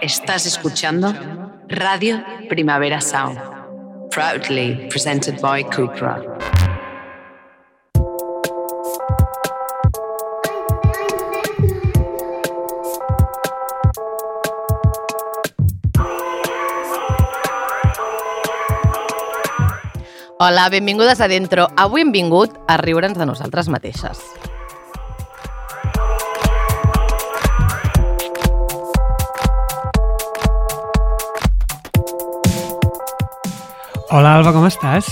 Estás escuchando Radio Primavera Sound, proudly presented by Cupra. Hola, benvingudes a Dentro. Avui hem vingut a riure'ns de nosaltres mateixes. Hola, Alba, com estàs?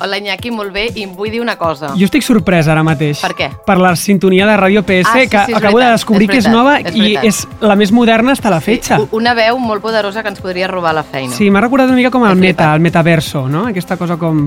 Hola, Iñaki, molt bé, i em vull dir una cosa. Jo estic sorprès ara mateix. Per què? Per la sintonia de Ràdio PS, Ah, sí, sí, que és veritat, acabo de descobrir és que és veritat, nova és i veritat. Uh, és la més moderna hasta la fecha. Eh, U- Una veu molt poderosa que ens podria robar la feina. Sí, m'ha recordat una mica com el És meta, veritat. el metaverso, no? Aquesta cosa com...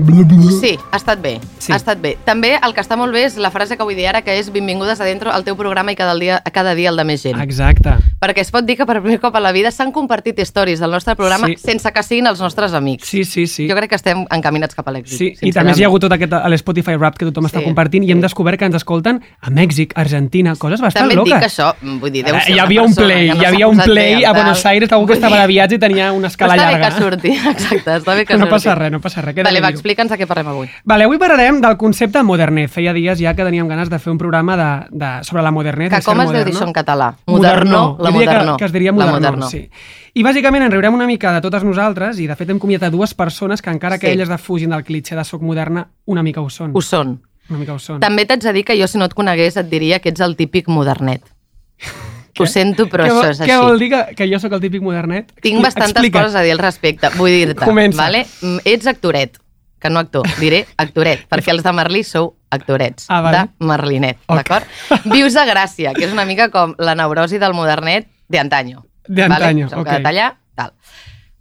Sí, ha estat bé, Sí. sí. ha estat bé. També el que està molt bé és la frase que vull dir ara, que és benvingudes a Dentro, al teu programa i cada dia, cada dia el de més gent. Exacte. Perquè es pot dir que per primer cop a la vida s'han compartit històries del nostre programa Sí. sí. sense que siguin els nostres amics. Sí, sí, sí. Jo crec que estem encaminats cap a l'èxit. Sí, i també hi sincerament. ha hagut tot aquest a l'Spotify Rap que tothom està Sí, compartint i hem sí. descobert que ens escolten a Mèxic, Argentina, coses bastant També et dic loques. que això, mm, vull dir, deu Ara, ser hi una havia un persona play, que no hi s'ha havia un posat bé play al a dalt. Buenos Aires, algú que Vull dir- estava de viatge i tenia una escala està llarga. bé que surti, exacte, està bé que No surti. passa res, no passa res, queda Vale, bé va, dir-ho. explica'ns de què parlem avui. Vale, avui parlarem del concepte moderner. Feia dies ja que teníem ganes de fer un programa de, de, sobre la modernet. Que el com ser es deu dir moderno. això en català? Jo la diria modernó. Que, que es diria La modernó, modernó. sí. I bàsicament ens riurem una mica de totes nosaltres i de fet hem convidat a dues persones que encara que Sí. elles defugin del clitxe de soc moderna, una mica ho són. Ho són. Una mica ho són. També t'haig de dir que jo, si no et conegués, et diria que ets el típic modernet. Ho sento, però què, vol- això és així. Què vol dir que, que jo sóc el típic modernet? Tinc bastantes Explica't. coses a dir al respecte. Vull dir-te, Comença. vale? Mm, ets actoret, que no actor, diré actoret, perquè els de Merlí sou actorets, Ah, vale. de Merlinet, Ok. d'acord? Vius a Gràcia, que és una mica com la neurosi del modernet de antaño. De vale? antaño, Us heu ok. quedat allà, tal.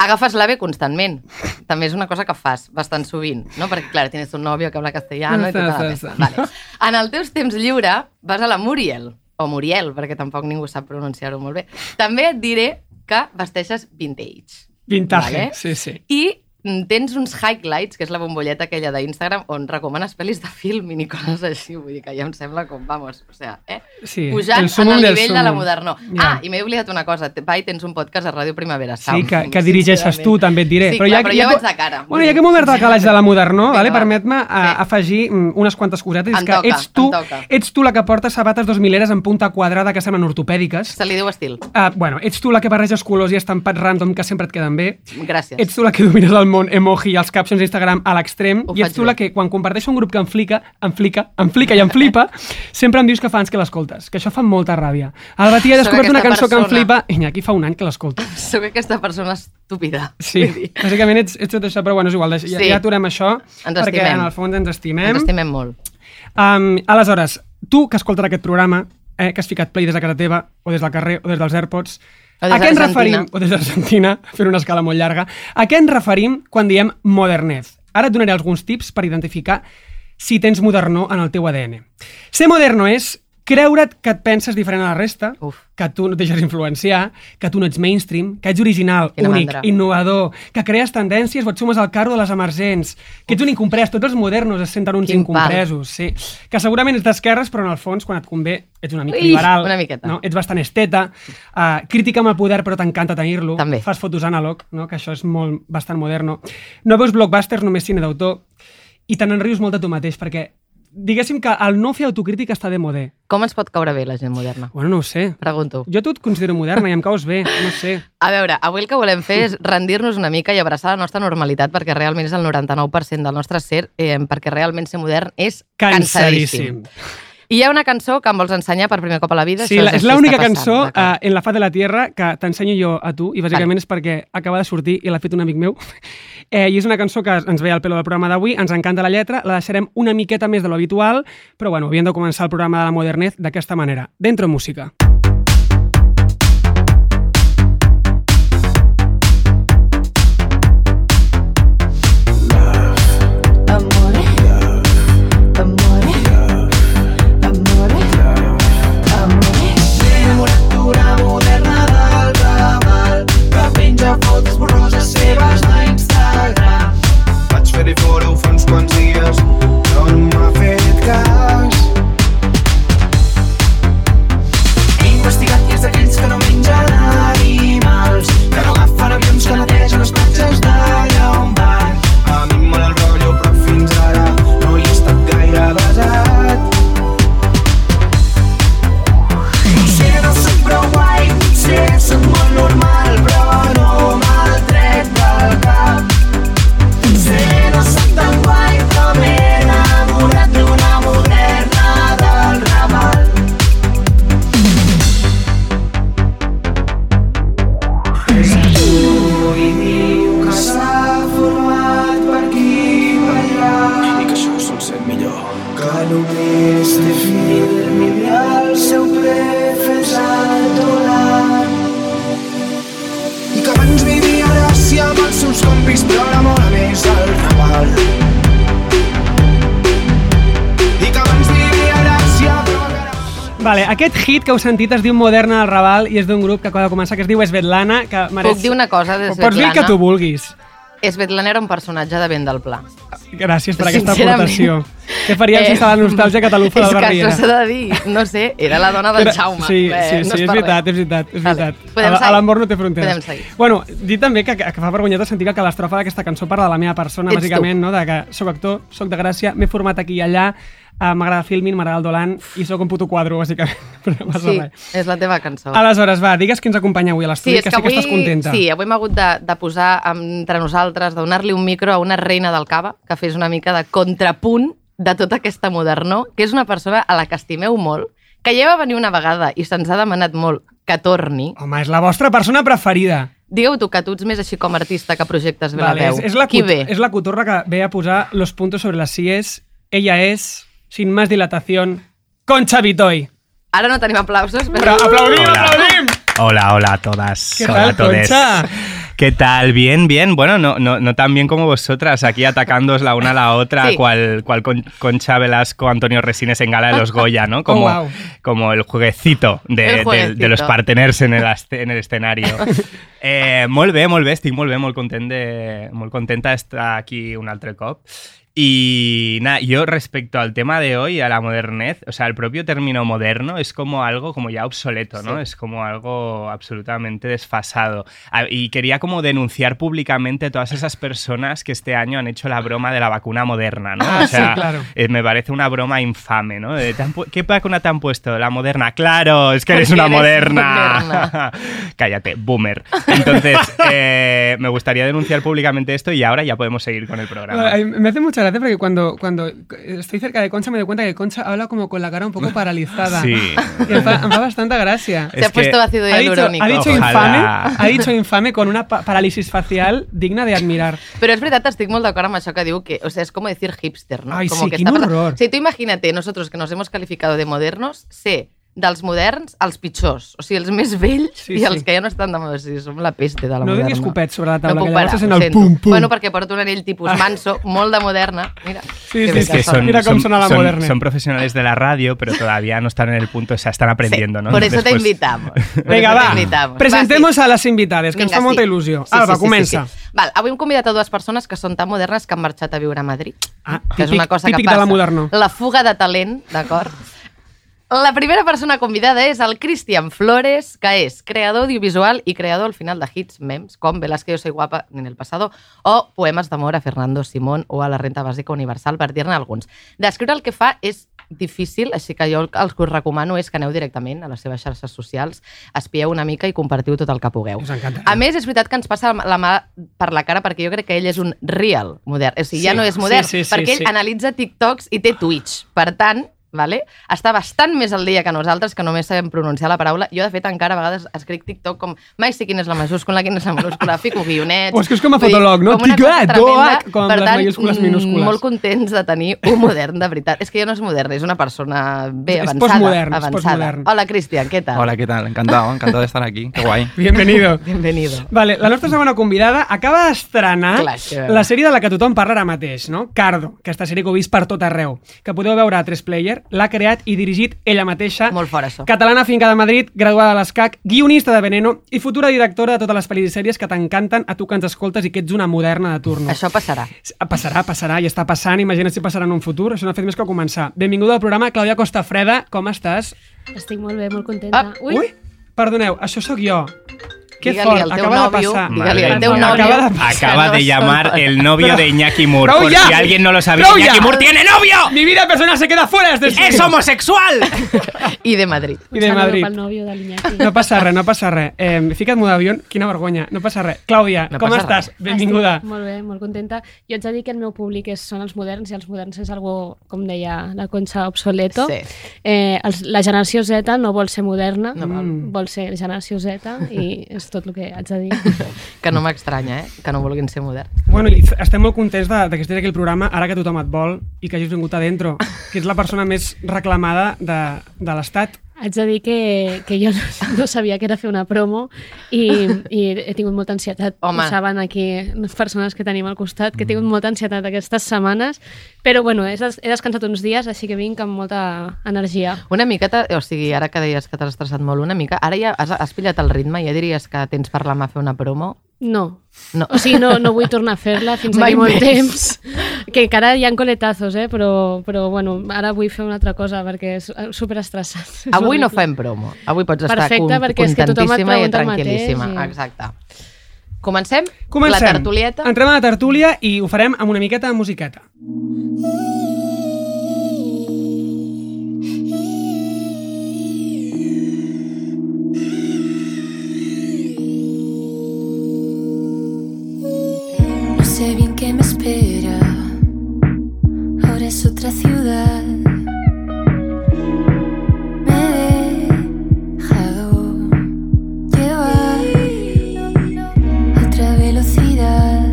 Agafes l'AVE constantment. També és una cosa que fas bastant sovint, no? Perquè, clar, tienes un novio que habla castellano i Està, tota la està, pesta. està. Vale. En el teus temps lliure vas a la Muriel, o Muriel, perquè tampoc ningú sap pronunciar-ho molt bé. També et diré que vesteixes vintage. Vintage, Vale. sí, sí. I mm, tens uns highlights, que és la bombolleta aquella d'Instagram, on recomanes pel·lis de film i coses així, vull dir que ja em sembla com, vamos, o sea, eh? sí. Pujant el en súmum el del nivell de la súmum. modernor. Ja. Ah, i m'he oblidat una cosa, Te- vai, tens un podcast a Ràdio Primavera Sí, Sound. que, que dirigeixes tu, Sincerament. també et diré. Sí, però, clar, ja, però ja, vaig de cara. Bueno, ja que hem obert el calaix de la modernor, Vinga, vale, va. permet-me a, Sí. afegir mm, unes quantes cosetes. És Em que toca, ets tu, em toca. ets tu la que porta sabates dos mileres en punta quadrada que semblen ortopèdiques. Se li diu estil. Uh, bueno, ets tu la que barreges colors i estampats random que sempre et queden bé. Gràcies. Ets tu la que domines el món emoji i els captions d'Instagram a l'extrem. Ho I faig ets tu bé. la que, quan comparteix un grup que em flica, em flica, em flica i em flipa, sempre em dius que fa anys que l'escoltes, que això fa molta ràbia. Alba, tia, he Sóc descobert una aquesta cançó que em persona. flipa... Iñaki, fa un any que l'escolto. Sóc aquesta persona estúpida. Sí, Vull dir, bàsicament ets, ets tot això, però bueno, és igual, ja, Sí. ja aturem això, Ens perquè estimem. en el fons ens estimem. Ens estimem molt. Um, aleshores, tu que escoltes aquest programa, eh, que has ficat play des de casa teva, o des del carrer, o des dels Airpods, O des a què ens d'Argentina. referim, o des d'Argentina, fent una escala molt llarga, a què ens referim quan diem modernez? Ara et donaré alguns tips per identificar si tens moderno en el teu ADN. Ser moderno és creure't que et penses diferent a la resta, Uf. que tu no et deixes influenciar, que tu no ets mainstream, que ets original, Quina únic, mandra. innovador, que crees tendències o et sumes al carro de les emergents, que ets un incomprès, tots els modernos es senten uns Quin pal. incompresos, sí. Que segurament ets d'esquerres, però en el fons, quan et convé, ets una mica Ui, liberal. una miqueta. No? Ets bastant esteta, uh, crítica amb el poder, però t'encanta tenir-lo. També. Fas fotos anàlog, no? que això és molt, bastant moderno. No veus blockbusters, només cine d'autor. I te n'enrius molt de tu mateix, perquè diguéssim que el no fer autocrítica està de modé. Com ens pot caure bé la gent moderna? Bueno, no ho sé. Pregunto. Jo tu et considero moderna i em caus bé, no sé. A veure, avui el que volem fer és rendir-nos una mica i abraçar la nostra normalitat perquè realment és el 99% del nostre ser, eh, perquè realment ser modern és cansadíssim. Cansadíssim. I hi ha una cançó que em vols ensenyar per primer cop a la vida. Sí, això la, és així, l'única està cançó passant, uh, d'acord. en la fa de la Tierra que t'ensenyo jo a tu i bàsicament és perquè acaba de sortir i l'ha fet un amic meu eh, i és una cançó que ens ve al pelo del programa d'avui, ens encanta la lletra, la deixarem una miqueta més de lo habitual, però bueno, havíem de començar el programa de la Modernez d'aquesta manera. Dentro música. Amore, amore, amore, amore. Una moderna del ramal que penja fotos borroses seves a Instagram. Vaig fer-hi fora ho fa uns quants dies, però no m'ha fet cas. I és tu i diu que s'ha format per aquí i per allà i que això sol ser millor que només té film i el seu prefes adorat i que abans vivia a Gràcia amb els seus compis però ara mola més el Raval i que abans vivia a Gràcia però que ara... Vale, aquest hit que heu sentit es diu Moderna del Raval i és d'un grup que acaba de començar que es diu Svetlana, que mereix... Puc dir una cosa de Pots dir el que Svetlana? tu vulguis. Svetlana era un personatge de vent del pla. Gràcies per aquesta Sincerament. Eh, aportació. Què faries sense la nostàlgia catalufa És que del això Barriera? s'ha de dir, no sé, era la dona del Era- Jaume. Sí, Eh, sí, no sí, és per veritat, res. és veritat, és Vale. verirat. Podem A- A seguir? l'amor no té fronteres. Podem seguir. Bueno, dir també que, que fa vergonyeta sentir que, que l'estrofa d'aquesta cançó parla de la meva persona, Ets bàsicament, no? de que sóc actor, sóc de Gràcia, m'he format aquí i allà, eh, m'agrada el filming, m'agrada el Dolan i sóc un puto quadro, bàsicament. Però no passa Sí, res. és la teva cançó. Aleshores, va, digues qui ens acompanya avui a l'estudi, que, sí que estàs contenta. sí, avui hem hagut de, de posar entre nosaltres, de donar-li un micro a una reina del cava, que fes una mica de contrapunt de tota aquesta modernor, que és una persona a la que estimeu molt, que ja va venir una vegada i se'ns ha demanat molt que torni. Home, és la vostra persona preferida. Digueu tu que tu ets més així com a artista que projectes bé la és, veu. és, la Qui cut- ve? és la cotorra que ve a posar los puntos sobre las sillas. Ella es, sin más dilatación, Concha Vitoy. Ara no tenim aplausos, Però però... aplaudim, ¡Uh! Hola. aplaudim! Hola, hola a todas. ¿Qué hola tal, a todes. Concha? ¿Qué tal? Bien, bien. Bueno, no, no, no tan bien como vosotras, aquí atacándoos la una a la otra, Sí. cual, cual con- Concha Velasco, Antonio Resines en Gala de los Goya, ¿no? Como, Oh, wow. como el jueguecito de, El de- jueguecito. de los parteners en el, asc- en el escenario. Eh, molt bé, molt bé, estic molt bé, molt content de, molt contenta d'estar aquí un altre cop. Y nada, yo respecto al tema de hoy, a la modernez, o sea, el propio término moderno es como algo como ya obsoleto, ¿no? Sí. Es como algo absolutamente desfasado. A- Y quería como denunciar públicamente todas esas personas que este año han hecho la broma de la vacuna moderna, ¿no? Ah, O sea, sí, claro. eh, me parece una broma infame, ¿no? De, "Te han pu- ¿Qué vacuna te han puesto? La moderna. Claro, es que eres Porque una eres moderna. moderna. Cállate, boomer. Entonces, eh, me gustaría denunciar públicamente esto y ahora ya podemos seguir con el programa. Ay, Me hace mucha gracia porque cuando, cuando estoy cerca de Concha me doy cuenta que Concha habla como con la cara un poco paralizada. Sí. Y me fa, me fa bastante gracia. Se Es ha que- puesto ácido Ha dicho, hialurónico. ha dicho infame, Ojalá. ha dicho infame con una pa- parálisis facial digna de admirar. Pero es verdad, estic molt d'acord amb això que diu que, o sea, es como decir hipster, ¿no? Ai, como sí, que quin está passant- horror. O sigui, tu imagínate, nosotros que nos hemos calificado de modernos, ser dels moderns als pitjors, o sigui, els més vells Sí, sí, i sí. els que ja no estan de moda, o sigui, som la peste de la No moderna. donis copets sobre la taula, no que puc llavors parar, és en ho el sento. pum, pum. Ah. Bueno, perquè porto un anell tipus manso, molt de moderna. Mira, Sí, que sí, bé Es sí, que que son- son, Mira cómo son- son a la son- moderna. son profesionales de la radio, pero todavía no están en el punto, o sea, están aprendiendo, ¿no? pues, Por eso te Después- invitamos. Por Venga, eso te va, invitamos. presentemos pues Va, sí. a las invitadas, que ens fa molta il·lusió. Alba, comença. Sí, sí. Val, avui hem convidat a dues persones que són tan modernes que han marxat a viure a Madrid. Ah, que és una cosa típic que passa. de la moderno. La fuga de talent, d'acord? La primera persona convidada és el Cristian Flores, que és creador audiovisual i creador al final de hits, memes, com Velázquez, yo soy guapa, ni en el pasado, o poemes d'amor a Fernando Simón o a la renta bàsica universal, per dir-ne alguns. Descriure el que fa és difícil, així que jo el el que us recomano és que aneu directament a les seves xarxes socials, espieu una mica i compartiu tot el que pugueu. Us encanta. A més, és veritat que ens passa la mà per la cara perquè jo crec que ell és un real modern. O sigui, sí, ja no és modern, sí, sí, sí, perquè ell sí. analitza TikToks i té Twitch. Per tant, vale? està bastant més al dia que nosaltres, que només sabem pronunciar la paraula. Jo, de fet, encara a vegades escric TikTok com mai sé quina és la majúscula, quina és la minúscula, fico guionets... O és que és com a Vull dir, fotolog, no? Com una cosa TikTok, tremenda. com per les tant, mayúscules, mm, minúscules. Molt contents de tenir un modern, de veritat. És que ja no és modern, és una persona bé És avançada. postmodern, és avançada. postmodern. Hola, Cristian, què tal? Hola, ¿qué tal? Encantado, encantado de estar aquí. Qué guay. Bienvenido. Bienvenido. Vale, la nostra segona convidada acaba d'estrenar Clar, sí. la sèrie de la que tothom parla ara mateix, no? Cardo, aquesta sèrie que heu vist per tot arreu, que podeu veure a 3Player, l'ha creat i dirigit ella mateixa, Molt fort, això. catalana finca de Madrid, graduada de l'ESCAC, guionista de Veneno i futura directora de totes les pel·lis i sèries que t'encanten a tu que ens escoltes i que ets una moderna de turno. Això passarà. Passarà, passarà, i està passant, imagina't si passarà en un futur, això no ha fet més que començar. Benvinguda al programa, Clàudia Costafreda, com estàs? Estic molt bé, molt contenta. Ah, Ui, Ui, perdoneu, això sóc jo. Que Digue-li fort, al teu acaba de nòvio, passar. digue-li Madre al teu mía. novio. Acaba de passar, Acaba no de són llamar horas. el novio de Iñaki Moore. ¡Bravo Por ya! si alguien no lo sabía, ¡Bravo Iñaki ya! Moore tiene novio. Mi vida personal se queda fuera de este Es estudio. homosexual. I de Madrid. I de Madrid. pel nòvio de l'Iñaki. No passa res, no passa res. Eh, fica't molt d'avió, quina vergonya. No passa res. Clàudia, No com passa estàs? res. Benvinguda. Estic molt bé, molt contenta. Jo ets a dir que el meu públic és, són els moderns i els moderns és algo, com deia la Concha, obsoleto. Sí. Eh, els, la generació Z no vol ser moderna, Mm. No val. vol ser generació Z i és és tot el que haig de dir. Que no m'estranya, eh? Que no vulguin ser moderns. Bueno, i estem molt contents de, de que estiguis aquí el programa, ara que tothom et vol i que hagis vingut a Dentro, que és la persona més reclamada de, de l'Estat. Haig de dir que, que jo no, no sabia que era fer una promo i, i he tingut molta ansietat. Home. Ho saben aquí les persones que tenim al costat, Mm. que he tingut molta ansietat aquestes setmanes, però bueno, he, des he descansat uns dies, així que vinc amb molta energia. Una miqueta, o sigui, ara que deies que t'has estressat molt una mica, ara ja has, has pillat el ritme i ja diries que tens per la mà fer una promo? No. No. O sigui, no, no vull tornar a fer-la fins Mai d'aquí més. molt temps. Que encara hi ha coletazos, eh? Però, però bueno, ara vull fer una altra cosa perquè és eh, superestressant. És Avui no horrible. fem promo. Avui pots estar Perfecte, con- perquè és que tothom et contentíssima i pregunta el mateix tranquil·líssima. i- Exacte. Comencem? Comencem. La tertulieta? Entrem a la tertúlia i ho farem amb una miqueta de musiqueta. No sé bien qué me espera. Ahora es otra ciudad. Me he dejado llevar a otra velocidad.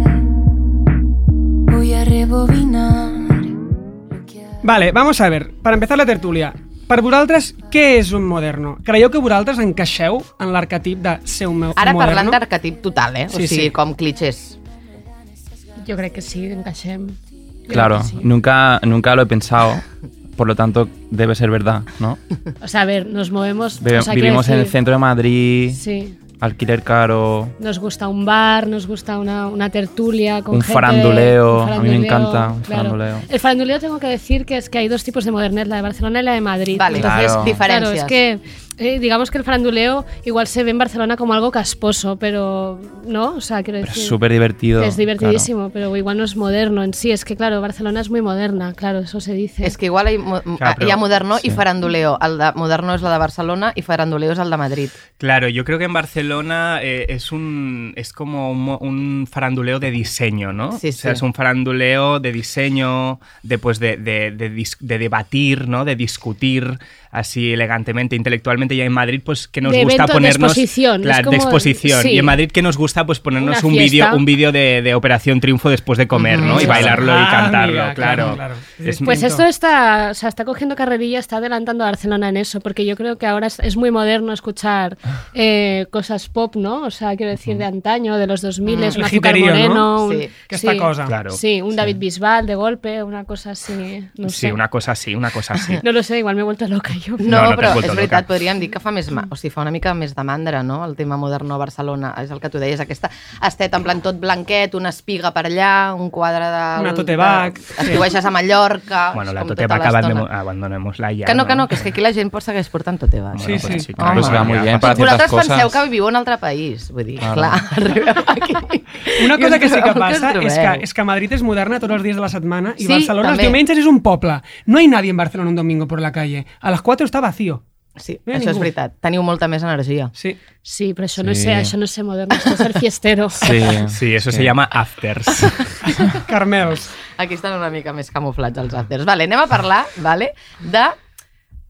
Voy a rebobinar. lo que ha- Vale, vamos a ver, para empezar la tertúlia. Per vosaltres, què és un moderno? Creieu que vosaltres encaixeu en l'arquetip de ser un, mo- Ara un parlant moderno? d'arquetip total, eh? O Sí, sigui, sí. com clichés. Jo crec que sí, encaixem. Jo Claro, crec que sí. nunca, nunca lo he pensado, por lo tanto debe ser verdad, ¿no? O sea, a ver, nos movemos... Ve- o sea, quiero Vivimos en el decir, centro de Madrid, Sí. alquiler caro, Nos gusta un bar, nos gusta una, una tertulia con Un gente, faranduleo, a mí me encanta un claro. faranduleo. El faranduleo tengo que decir que es que hay dos tipos de modernet, la de Barcelona y la de Madrid. Vale, Claro. entonces, diferències. Claro, es que eh, digamos que el faranduleo igual se ve en Barcelona como algo casposo, pero no, o sea, quiero pero es decir... súper divertido. es divertidísimo, pero igual no es moderno en sí. Es que, claro, Barcelona es muy moderna, claro, eso se dice. És que igual hi, mo- Clar, però- hi ha moderno sí. i sí. faranduleo. El de moderno és la de Barcelona i faranduleo és el de Madrid. Claro, yo creo que en Barcelona eh, es un es como un, mo- un faranduleo de diseño, ¿no? Sí, o sea, sí. es un faranduleo de diseño, de, pues, de, de- de dis- de debatir, ¿no? De discutir así elegantemente, intelectualmente. Y en Madrid, pues, que nos De gusta evento, de ponernos... exposición, Claro, es como- de exposición. sí. Y en Madrid, que nos gusta, pues, ponernos Una un vídeo fiesta. un vídeo de, de Operación Triunfo después de comer, Ujú, ¿no? sí, Y sí. bailarlo Ah, y cantarlo, amiga, claro, claro. claro. Es- Pues Pinto. esto está, o sea, está cogiendo carrerilla, está adelantando a Barcelona en eso, porque yo creo que ahora es, es muy moderno escuchar eh, cosas pop, ¿no? O sea, quiero decir, de antaño, de los 2000, es El un Azúcar jiterío, ¿no? Moreno, Sí, un, que esta sí, cosa. Claro. Sí, un David Bisbal de golpe, una cosa así, no sí, sé. una cosa así, una cosa así. No lo sé, igual me he vuelto loca yo. No, No, no t'has però vuelto és veritat, loca. podríem dir que fa més ma... o sigui, fa una mica més de mandra, no? El tema moderno a Barcelona, és el que tu deies, aquesta esteta en plan tot blanquet, una espiga per allà, un quadre de... Una tote bag. Estiueixes a Mallorca... Bueno, és la com totepa tota l'estona. abandonémosla ya. Que no, que no, que és que aquí la gent pot segueix portant tote bag. Sí, sí. Pues va eh? muy bien para ciertas Vosaltres cosas. penseu que viviu en un altre país, vull dir, Claro. clar, arribeu aquí... Una i cosa us que sí que trobeu passa us és que, trobeu. és que Madrid és moderna tots els dies de la setmana i Sí, Barcelona també. els diumenges és un poble. No hi nadie en Barcelona un domingo por la calle. A les 4 està vacío. Sí, No hi ha això és ningú. veritat. Teniu molta més energia. Sí. Sí, pero yo no Sí. sé, eso no sé moderno, esto es ser fiestero. Sí, Sí, eso sí. se llama afters. Carmels. Aquí estan una mica més camuflats els afters. Vale, anem a parlar vale, de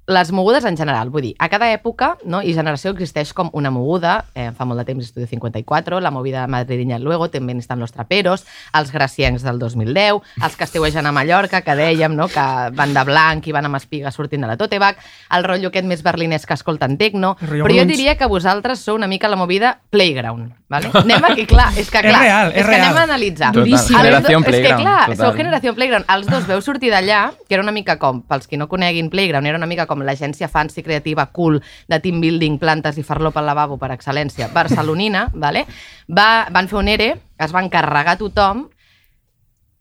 les mogudes en general. Vull dir, a cada època no, i generació existeix com una moguda. Eh, fa molt de temps Estudio 54, la movida madrileña luego, també estan los traperos, els graciencs del 2010, els que esteuegen a Mallorca, que dèiem no, que van de blanc i van amb espiga sortint de la Totebac, el rotllo aquest més berlinès que escolten tecno. El rotllo Però jo Bruns. diria que vosaltres sou una mica la movida playground. Vale? Anem aquí, clar, és que És clar, real, és és que real. anem a analitzar. Total, Duríssim. generació Els do- És que Playground, clar, total. sou generació Playground. Els dos veu sortir d'allà, que era una mica com, pels qui no coneguin Playground, era una mica com l'agència fancy creativa cool de team building, plantes i farlop al lavabo per excel·lència, barcelonina, vale? Va, van fer un ERE, es van carregar tothom,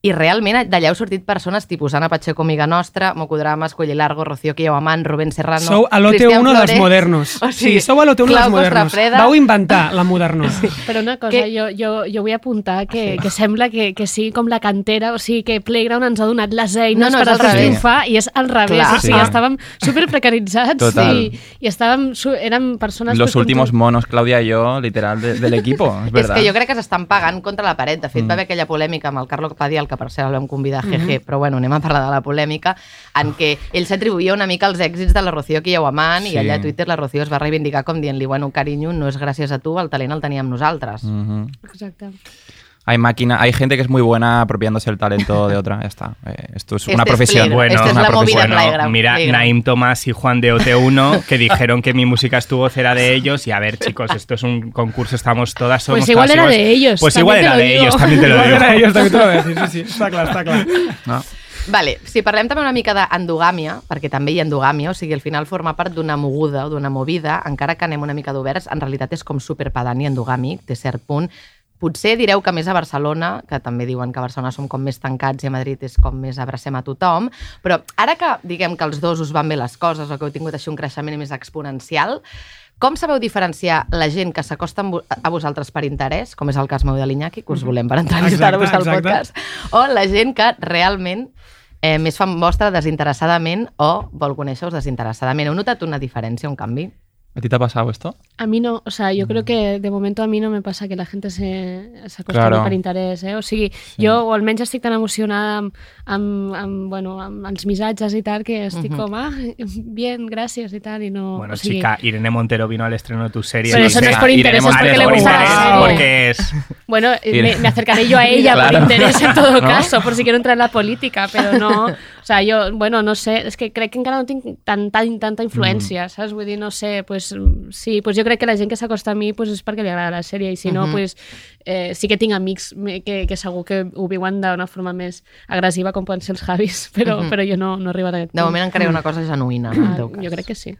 i realment d'allà heu sortit persones tipus Ana Pacheco, amiga nostra, Mocodramas, Cuelli Largo, Rocío Quillaguamán, Rubén Serrano... sou a l'OT1 Cristian dels Flores. modernos. O sigui, sí, sou a l'OT1 dels Clau modernos. Costrafreda. Vau inventar la modernos. Sí. Però una cosa, Que- jo, jo, jo vull apuntar que, que sembla que, que sigui com la cantera, o sigui que Playground ens ha donat les eines No, no, és per al a fer revés. triomfar i és al revés, Clar. o sigui, Sí. estàvem super precaritzats Total. i, i estàvem, su- érem persones... pues, Los com últimos tu. monos, Claudia y yo, literal, de- del equipo, És es verdad. que jo crec que s'estan pagant contra la paret. De fet, va haver aquella polèmica amb el Carlo Padial que que per cert el vam convidar a GG, però bueno, anem a parlar de la polèmica, en què ell s'atribuïa una mica els èxits de la Rocío Quillauamant Sí. i allà a Twitter la Rocío es va reivindicar com dient-li, bueno, carinyo, no és gràcies a tu, el talent el teníem nosaltres. Ujú. Exacto. Hay máquina, hay gente que es muy buena apropiándose el talento de otra. Ya está. Eh, esto es Este una es profesión. playground. Bueno, Esta es una la movida profesión. playground. mira, playground. Naim Tomás y Juan de OT1 que dijeron que mi música estuvo voz era de ellos. Y a ver, chicos, esto es un concurso, estamos todas somos Pues igual todas era iguales. de ellos, Pues también igual te era lo de digo. ellos, también te lo digo. Era ellos, també t'ho va dir, sí, sí, sí, està clar, està clar. No. Vale, si parlem també una mica d'endogàmia, perquè també hi ha endogàmia, o sigui, al final forma part d'una moguda o d'una movida, encara que anem una mica d'oberts, en realitat és com superpedant i endogàmic, de cert punt. Potser direu que més a Barcelona, que també diuen que a Barcelona som com més tancats i a Madrid és com més abracem a tothom, però ara que diguem que els dos us van bé les coses o que heu tingut així un creixement més exponencial, com sabeu diferenciar la gent que s'acosta amb vo- a vosaltres per interès, com és el cas meu de l'Iñaki, que us volem per entrevistar-vos al Mhm. Exacte, exacte. podcast, o la gent que realment eh, més fan vostra desinteressadament o vol conèixer-vos desinteressadament. Heu notat una diferència, un canvi? ¿A ti te ha pasado esto? A mí no, o sea, yo Mm. creo que de momento a mí no me pasa que la gente se, se Claro. acostumbra per interès, eh? O sigui, jo o almenys estic tan emocionada amb, amb, amb, bueno, amb els missatges i tal que estic Mhm. com, ah, bien, gràcies i tal, i no... Bueno, o sigui, chica, Irene Montero vino al estreno de tu serie. Pero no Pues, eso sé. no es por Irene interés, es Montero, porque le por gusta la interés, serie. Porque es... Bueno, eh, Mira. me, me acercaré yo a ella Claro. por interés en todo ¿No? caso, por si quiero entrar en la política, pero no... O sea, yo, bueno, no sé, és que crec que encara no tinc tan, tan, tanta influència, mm. saps? Vull dir, no sé, pues, mm, sí, pues jo crec que la gent que s'acosta a mi pues, és perquè li agrada la sèrie i si no, Mhm. pues, eh, sí que tinc amics me- que, que segur que ho viuen d'una forma més agressiva com poden ser els Javis, però, Mhm. però jo no, no arribo a aquest De punt. moment encara hi ha una cosa genuïna, en el Ah, teu cas. jo crec que sí.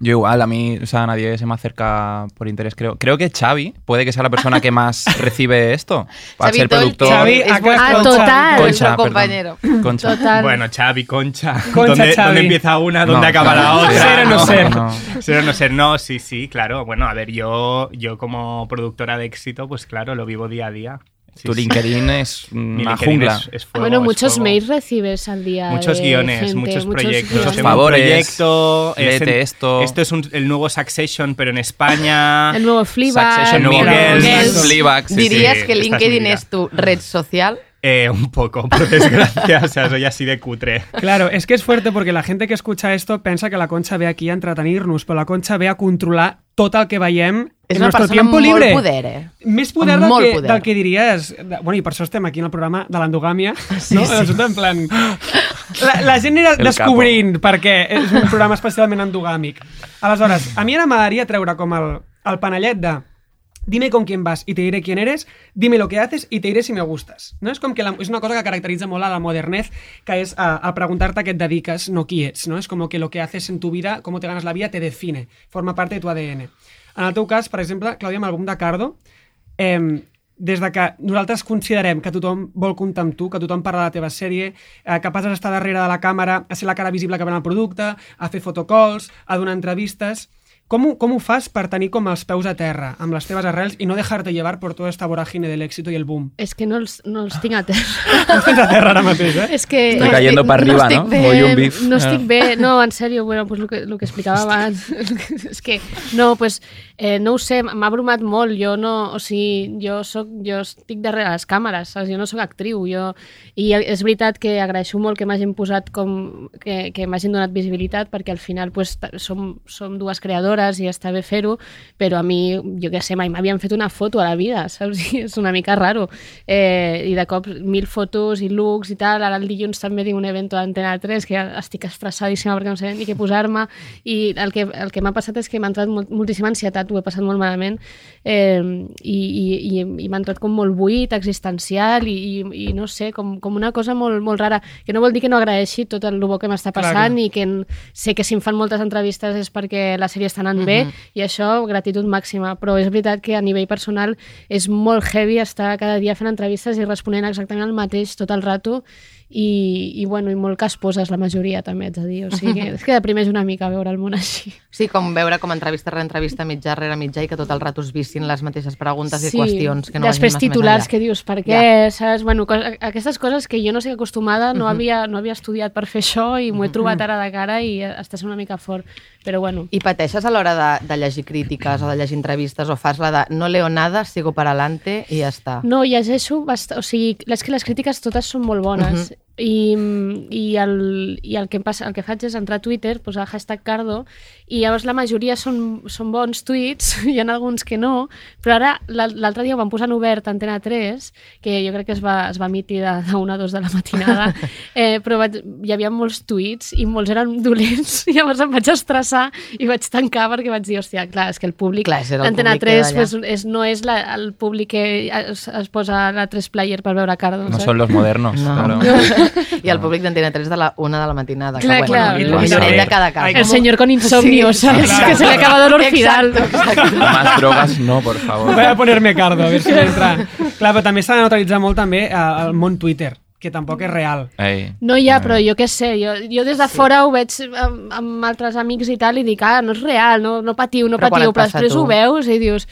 Yo igual, a mí, o sea, nadie se me acerca por interés, creo. Creo que Xavi puede que sea la persona que más recibe esto. Para Xavi ser Toll, productor. Xavi, es acá vuestro- Ah, total. vuestro Concha, perdón. compañero. Concha. Total. Bueno, Xavi, Concha. Concha, ¿Dónde, Xavi. dónde empieza una? ¿Dónde No, acaba la claro. otra? Ser o no ser. Ser o no ser. No, sí, sí, claro. Bueno, a ver, yo, yo como productora de éxito, pues claro, lo vivo día a día. Sí, Tu sí. LinkedIn es Mi una LinkedIn jungla. es- es fuego, Ah, bueno, es muchos fuego. mails recibes al día Muchos de guiones, gente, muchos proyectos. Muchos Tengo un favores, proyecto, es léete en- esto. Esto es un- el nuevo Succession, pero en España. Ah, El nuevo Fleabag. El nuevo Mira, Girls. Girls, Fleabag, sí, sí. Diries que esta es mi LinkedIn vida. és tu red social? Eh, un poco, por desgracia. o sea, soy así de cutre. Claro, es que es fuerte porque la gente que escucha esto piensa que la Concha ve aquí a entretenir-nos, però la Concha ve a controlar tot el que veiem És en una nuestro persona amb tiempo molt libre. poder, eh? Més poder, Amb del molt que, poder. del que diries... de- Bueno, i per això estem aquí en el programa de l'endogàmia, sí, no? Sí. En plan... La, la gent anirà El descobrint perquè és un programa especialment endogàmic. Aleshores, a mi ara m'agradaria treure com el, el panellet de dime con quién vas y te diré quién eres, dime lo que haces y te diré si me gustas. No? És, com que la, és una cosa que caracteritza molt a la modernez, que és a, a preguntar-te a què et dediques, no qui ets. No? És com que lo que haces en tu vida, cómo te ganas la vida, te define, forma parte de tu ADN. En el teu cas, per exemple, Clàudia, amb l'àlbum de Cardo, eh, des de que nosaltres considerem que tothom vol comptar amb tu, que tothom parla de la teva sèrie, eh, que passes a estar darrere de la càmera, a ser la cara visible que ven el producte, a fer fotocalls, a donar entrevistes... Com ho, com ho fas per tenir com els peus a terra, amb les teves arrels, i no dejar-te llevar per tota esta voràgine de l'èxito i el boom? És que no els, no els tinc a terra. No tens a terra ara mateix, eh? És que Estoy no cayendo estic- para arriba, estic ¿no? bé, Voy un Ah. beef. No estic bé, no, en serio, bueno, pues lo que, lo que explicava abans. és que, no, pues, eh, no ho sé, m'ha abrumat molt. Jo no, o sigui, jo, soc, jo estic darrere les càmeres, saps? Jo no sóc actriu. Jo... I és veritat que agraeixo molt que m'hagin posat com... que, que m'hagin donat visibilitat, perquè al final pues, ta- som, som dues creadores i està bé fer-ho, però a mi, jo què sé, mai m'havien fet una foto a la vida, saps? I és una mica raro. Eh, I de cop mil fotos i looks i tal, ara el dilluns també tinc un evento d'Antena 3 que estic estressadíssima perquè no sé ni què posar-me i el que, el que m'ha passat és que m'ha entrat molt, moltíssima ansietat, ho he passat molt malament eh, i, i, i, i m'ha entrat com molt buit, existencial i, i, i no sé, com, com una cosa molt, molt rara, que no vol dir que no agraeixi tot el bo que m'està Clar, passant clar. i que en- sé que si em fan moltes entrevistes és perquè la sèrie està anant Mhm. bé i això, gratitud màxima, però és veritat que a nivell personal és molt heavy estar cada dia fent entrevistes i responent exactament el mateix tot el rato i, i, bueno, i molt casposes la majoria també, haig de dir, o sigui que, és que deprimeix una mica veure el món així. Sí, com veure com entrevista rere entrevista, mitjà rere mitjà, i que tot el rato es vissin les mateixes preguntes i qüestions que no Després vagin titulars més que dius per què, saps? Bueno, co aquestes coses que jo no estic Mhm. acostumada, no, havia, no havia estudiat per fer això i m'ho he trobat ara de cara i està sent una mica fort. Però bueno, I pateixes a l'hora de, de llegir crítiques o de llegir entrevistes o fas la de no leo nada, sigo para adelante i ja està. No, llegeixo bastant... O sigui, és que les crítiques totes són molt bones. Mhm. I, i, el, i el, que em passa, el que faig és entrar a Twitter, posar hashtag Cardo, i llavors la majoria són, són bons tuits, hi ha alguns que no, però ara l'al- l'altre dia ho van posar en obert a Antena 3, que jo crec que es va, es va emitir de, de 1 a 2 de la matinada, eh, però vaig, hi havia molts tuits i molts eren dolents, i llavors em vaig estressar i vaig tancar perquè vaig dir, hòstia, clar, és que el públic... Clar, ese era el Antena públic que 3 era pues, allà. és, no és la, el públic que es, es posa a la 3 player per veure doncs, eh? Cardo. No saps? son los modernos, claro. I el públic d'Antena 3 de la 1 de la matinada. Clar, que, clar. bueno, El minoret de cada casa. Ai, El ¿Cómo? señor con insomnio, ¿sabes? Ah, claro. que se le ha acabado el orfidal. Más drogas no, por favor. Voy a ponerme cardo, a ver si entra. Clar, però també s'ha de neutralitzar molt també eh, el món Twitter, que tampoc és real. Ey. No ja, però jo què sé, jo, jo des de fora ho veig amb, amb altres amics i tal i dic, ah, no és real, no, no patiu, no Però quan patiu, et però passa a després tu? ho veus i dius,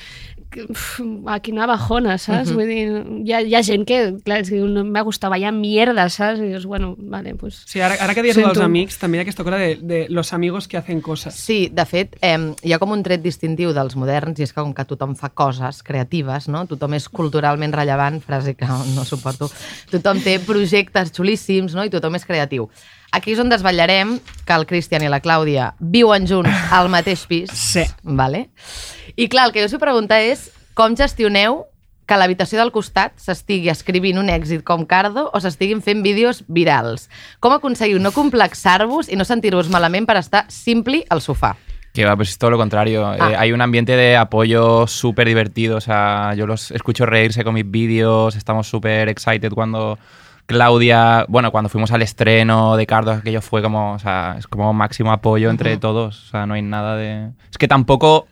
que, uf, a quina bajona, saps? Vull dir, hi ha, hi ha gent que, clar, és que diu, no me gusta, vaya mierda, saps? I dius, bueno, vale, pues... Sí, ara, ara que dius Sento- dels amics, també hi ha aquesta cosa de, de los amigos que hacen cosas. Sí, de fet, eh, hi ha com un tret distintiu dels moderns i és que com que tothom fa coses creatives, no? tothom és culturalment rellevant, frase que no suporto, tothom té projectes xulíssims no? i tothom és creatiu. Aquí és on desvetllarem que el Cristian i la Clàudia viuen junts al mateix pis. Sí. Vale? I clar, el que jo us vull preguntar és com gestioneu que a l'habitació del costat s'estigui escrivint un èxit com Cardo o s'estiguin fent vídeos virals. Com aconseguiu no complexar-vos i no sentir-vos malament per estar simpli al sofà? Que va, pues es todo lo contrario. Eh, Ah. hay un ambiente de apoyo súper divertido. O sea, yo los escucho reírse con mis vídeos. Estamos súper excited cuando Claudia. Bueno, cuando fuimos al estreno de Cardo, aquello fue como. O sea, es como máximo apoyo entre todos. O sea, no hay nada de. Es que tampoco.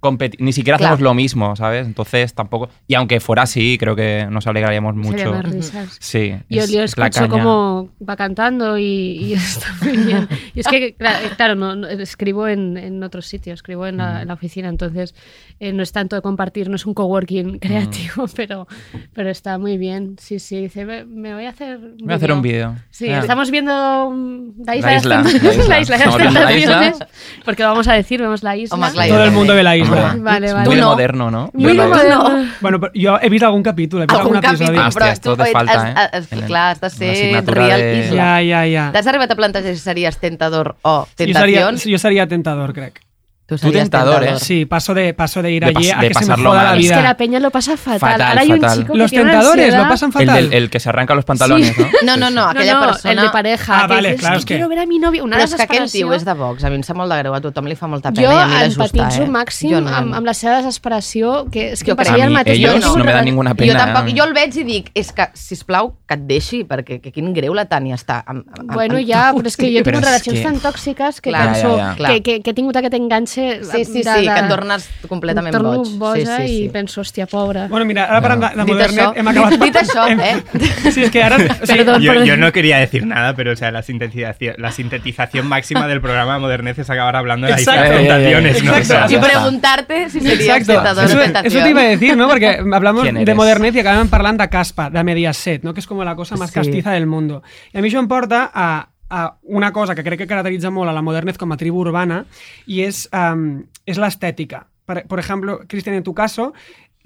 competi- Ni siquiera hacemos Claro. lo mismo, ¿sabes? Entonces tampoco. Y aunque fuera así, creo que nos alegraríamos Sería mucho. más risas. Sí. Yo es- lo es la caña. escucho como va cantando y, y está muy bien. Y es que, cla- eh, claro, no, no, escribo en, en otro sitio, escribo en Mm. la, en la oficina, entonces eh, no es tanto de compartir, no es un Mm. coworking creativo, pero, pero está muy bien. Sí, sí, dice, "Ve- me voy a hacer un Voy a hacer un vídeo. Sí, Ah. estamos viendo mm, la isla, La de isla, las la Tentaciones. isla. La isla de las Estamos viendo la isla. Tentaciones, Porque vamos a decir, vemos la isla. Home, clar, Todo el també. mundo ve la isla. Hombre, Vale, es vale. Muy Tú no. moderno, ¿no? Yo Muy la- moderno. Bueno, però jo he vist algun capítol, he vist algun, Ah, episodi. capítol. Hòstia, esto te falta, eh? has, En has, el- clar, has de en ser l'assignatura real de- Eh, isla. Ja, ja, ja. T'has arribat a plantejar si series tentador o Jo seria, tentacions? jo seria tentador, crec. Tu tentador, eh? Sí, paso de, paso de ir De allí pas- a de que se me pasarlo joda la mal. Es que vida. la peña lo pasa fatal. Fatal, Ahora hay un fatal. chico que Los tiene una tentadores lo ansiedad. pasan El, fatal. del- el que se arranca los pantalones, ¿no? No, no, no, aquella no, no, persona... el de pareja. Ah, que vale, dices, clar, "Es és que que- quiero ver a mi novia. Una Però és que aquest desesperació. tio és de Vox, a mi em sap molt de greu, a tothom li fa molta pena i Jo a mi empatitzo desusta, eh? màxim Jo jo no, no, jo amb, no. amb la seva desesperació, que és que Jo em crec- passaria A el mi mateix. ellos Jo no me dan ninguna pena. Jo tampoc, jo el veig i dic, és que, si plau que et deixi, perquè que quin greu la Tània està. Amb, amb, Bueno, amb... ja, però és que jo he Però tingut és relacions que- tan tòxiques que Clar, clar, penso ja, ja, ja. Que, que, que he tingut aquest enganxe Sí, sí, sí, que et tornes completament em torno boig. Sí, boja sí, sí. i penso, hòstia, pobra. Bueno, mira, ara parlant de, de Dit modernet, això- ¿eh? hem acabat... dit això, hem- eh? Sí, és que ara... O sigui, Perdón, Yo, perdón. yo no quería decir nada, pero o sea, la sintetización, la sintetización máxima del programa Modernez es acabar hablando de las Exacto. tentaciones, ¿no? O Exacto. Ah, sea, I preguntar-te si seria Exacto. tentador o Eso, eso te iba a tentació. decir, ¿no? Porque hablamos ¿Quién de eres? Modernet y acaban parlant de caspa, de Mediaset, ¿no? Que és com la cosa més Sí. castiza del mundo. I a mi això em porta a, a una cosa que crec que caracteritza molt a la Modernet com a tribu urbana i és, um, és l'estètica. Per, por ejemplo, Cristian, en tu caso,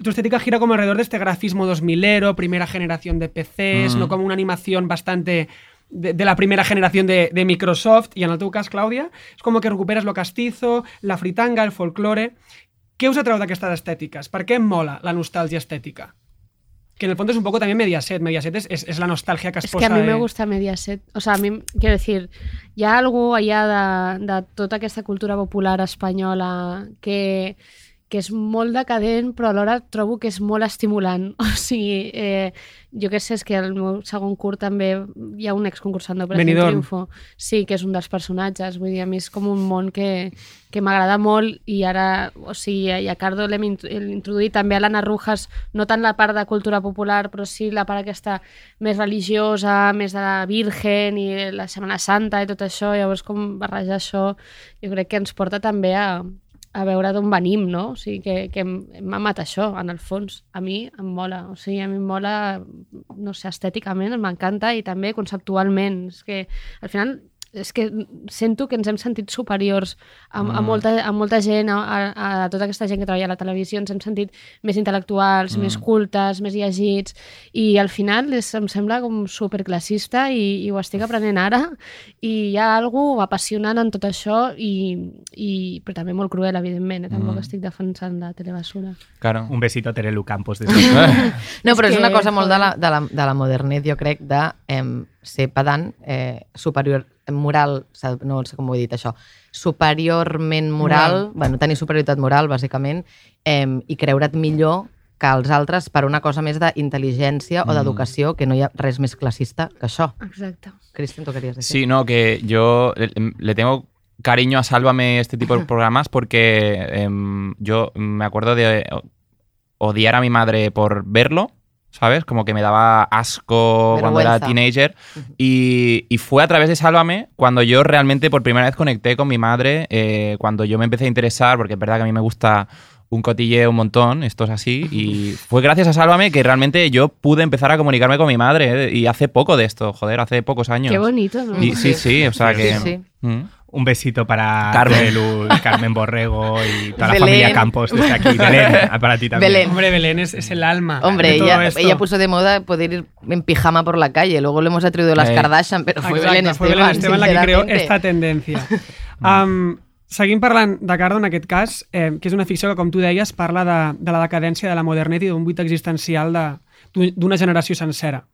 tu estética gira como alrededor de este grafismo 2000ero, primera generación de PCs, Mm. no como una animación bastante de, de la primera generación de, de Microsoft. Y en el teu cas, Claudia, es como que recuperas lo castizo, la fritanga, el folclore... Què us atreu d'aquestes estètiques? Per què em mola la nostàlgia estètica? Que en el fondo es un poco también Mediaset. Mediaset es, es, es la nostalgia que has És que a posat, mi me eh? gusta Mediaset. O sea, a mi, quiero decir, hi ha algú allà de, de tota aquesta cultura popular espanyola que, que és molt decadent, però alhora trobo que és molt estimulant. O sigui, eh, jo què sé, és que el meu segon curt també hi ha un exconcursant d'Operació Benidorm. Triunfo. Sí, que és un dels personatges. Vull dir, a mi és com un món que, que m'agrada molt i ara, o sigui, i a Cardo l'hem int- l'hem introduït també a l'Anna Rujas, no tant la part de cultura popular, però sí la part aquesta més religiosa, més de la Virgen i la Setmana Santa i tot això, llavors com barrejar això jo crec que ens porta també a, a veure d'on venim, no? O sigui, que, que em- m'ha amat això, en el fons. A mi em mola, o sigui, a mi em mola, no sé, estèticament m'encanta i també conceptualment. És que al final és que sento que ens hem sentit superiors a, a, molta, a molta gent, a, a, a tota aquesta gent que treballa a la televisió, ens hem sentit més intel·lectuals, més cultes, més llegits, i al final és, em sembla com superclassista i, i ho estic aprenent ara, i hi ha alguna cosa apassionant en tot això, i, i, però també molt cruel, evidentment, eh? tampoc estic defensant la telebasura. Claro. Un besito a Terelu Campos. Des de... No, però És és una que, cosa molt de la, joder. de la, de la modernet, jo crec, de em, ser pedant, eh, superior moral, s'ha- no sé com ho he dit això, superiorment moral, bueno, tenir superioritat moral, bàsicament, em, i creure't millor que els altres per una cosa més d'intel·ligència o d'educació, que no hi ha res més classista que això. Exacte. Cristian, tu queries dir? Sí, no, que yo le, em, le tengo cariño a Sálvame este tipo de programas porque em, yo me acuerdo de odiar a mi madre por verlo, ¿sabes? Como que me daba asco cuando era Vergüenza. teenager. Y, y fue a través de Sálvame cuando yo realmente por primera vez conecté con mi madre, eh, cuando yo me empecé a interesar, porque es verdad que a mí me gusta un cotilleo un montón, esto es así, y fue gracias a Sálvame que realmente yo pude empezar a comunicarme con mi madre, eh, y hace poco de esto, joder, hace pocos años. Qué bonito, ¿no? Y- Mm, sí, sí, o sea Sí, que. sí. Mm. Un besito para Carmen. Terelu, Carmen Borrego y toda la Belén. familia Campos desde aquí. Belén, para ti también. Belén. Hombre, Belén es, es el alma. de Hombre, todo ella, esto. ella puso de moda poder ir en pijama por la calle. Luego le hemos atribuido las Eh. Kardashian, pero fue Exacte, Belén Esteban, fue Belén Esteban la que creó sinceramente. esta tendència. Um, seguim parlant de Cardo en aquest cas, eh, que és una ficció que, com tu deies, parla de, de la decadència de la modernet i d'un buit existencial de- d'un- d'una generació sencera.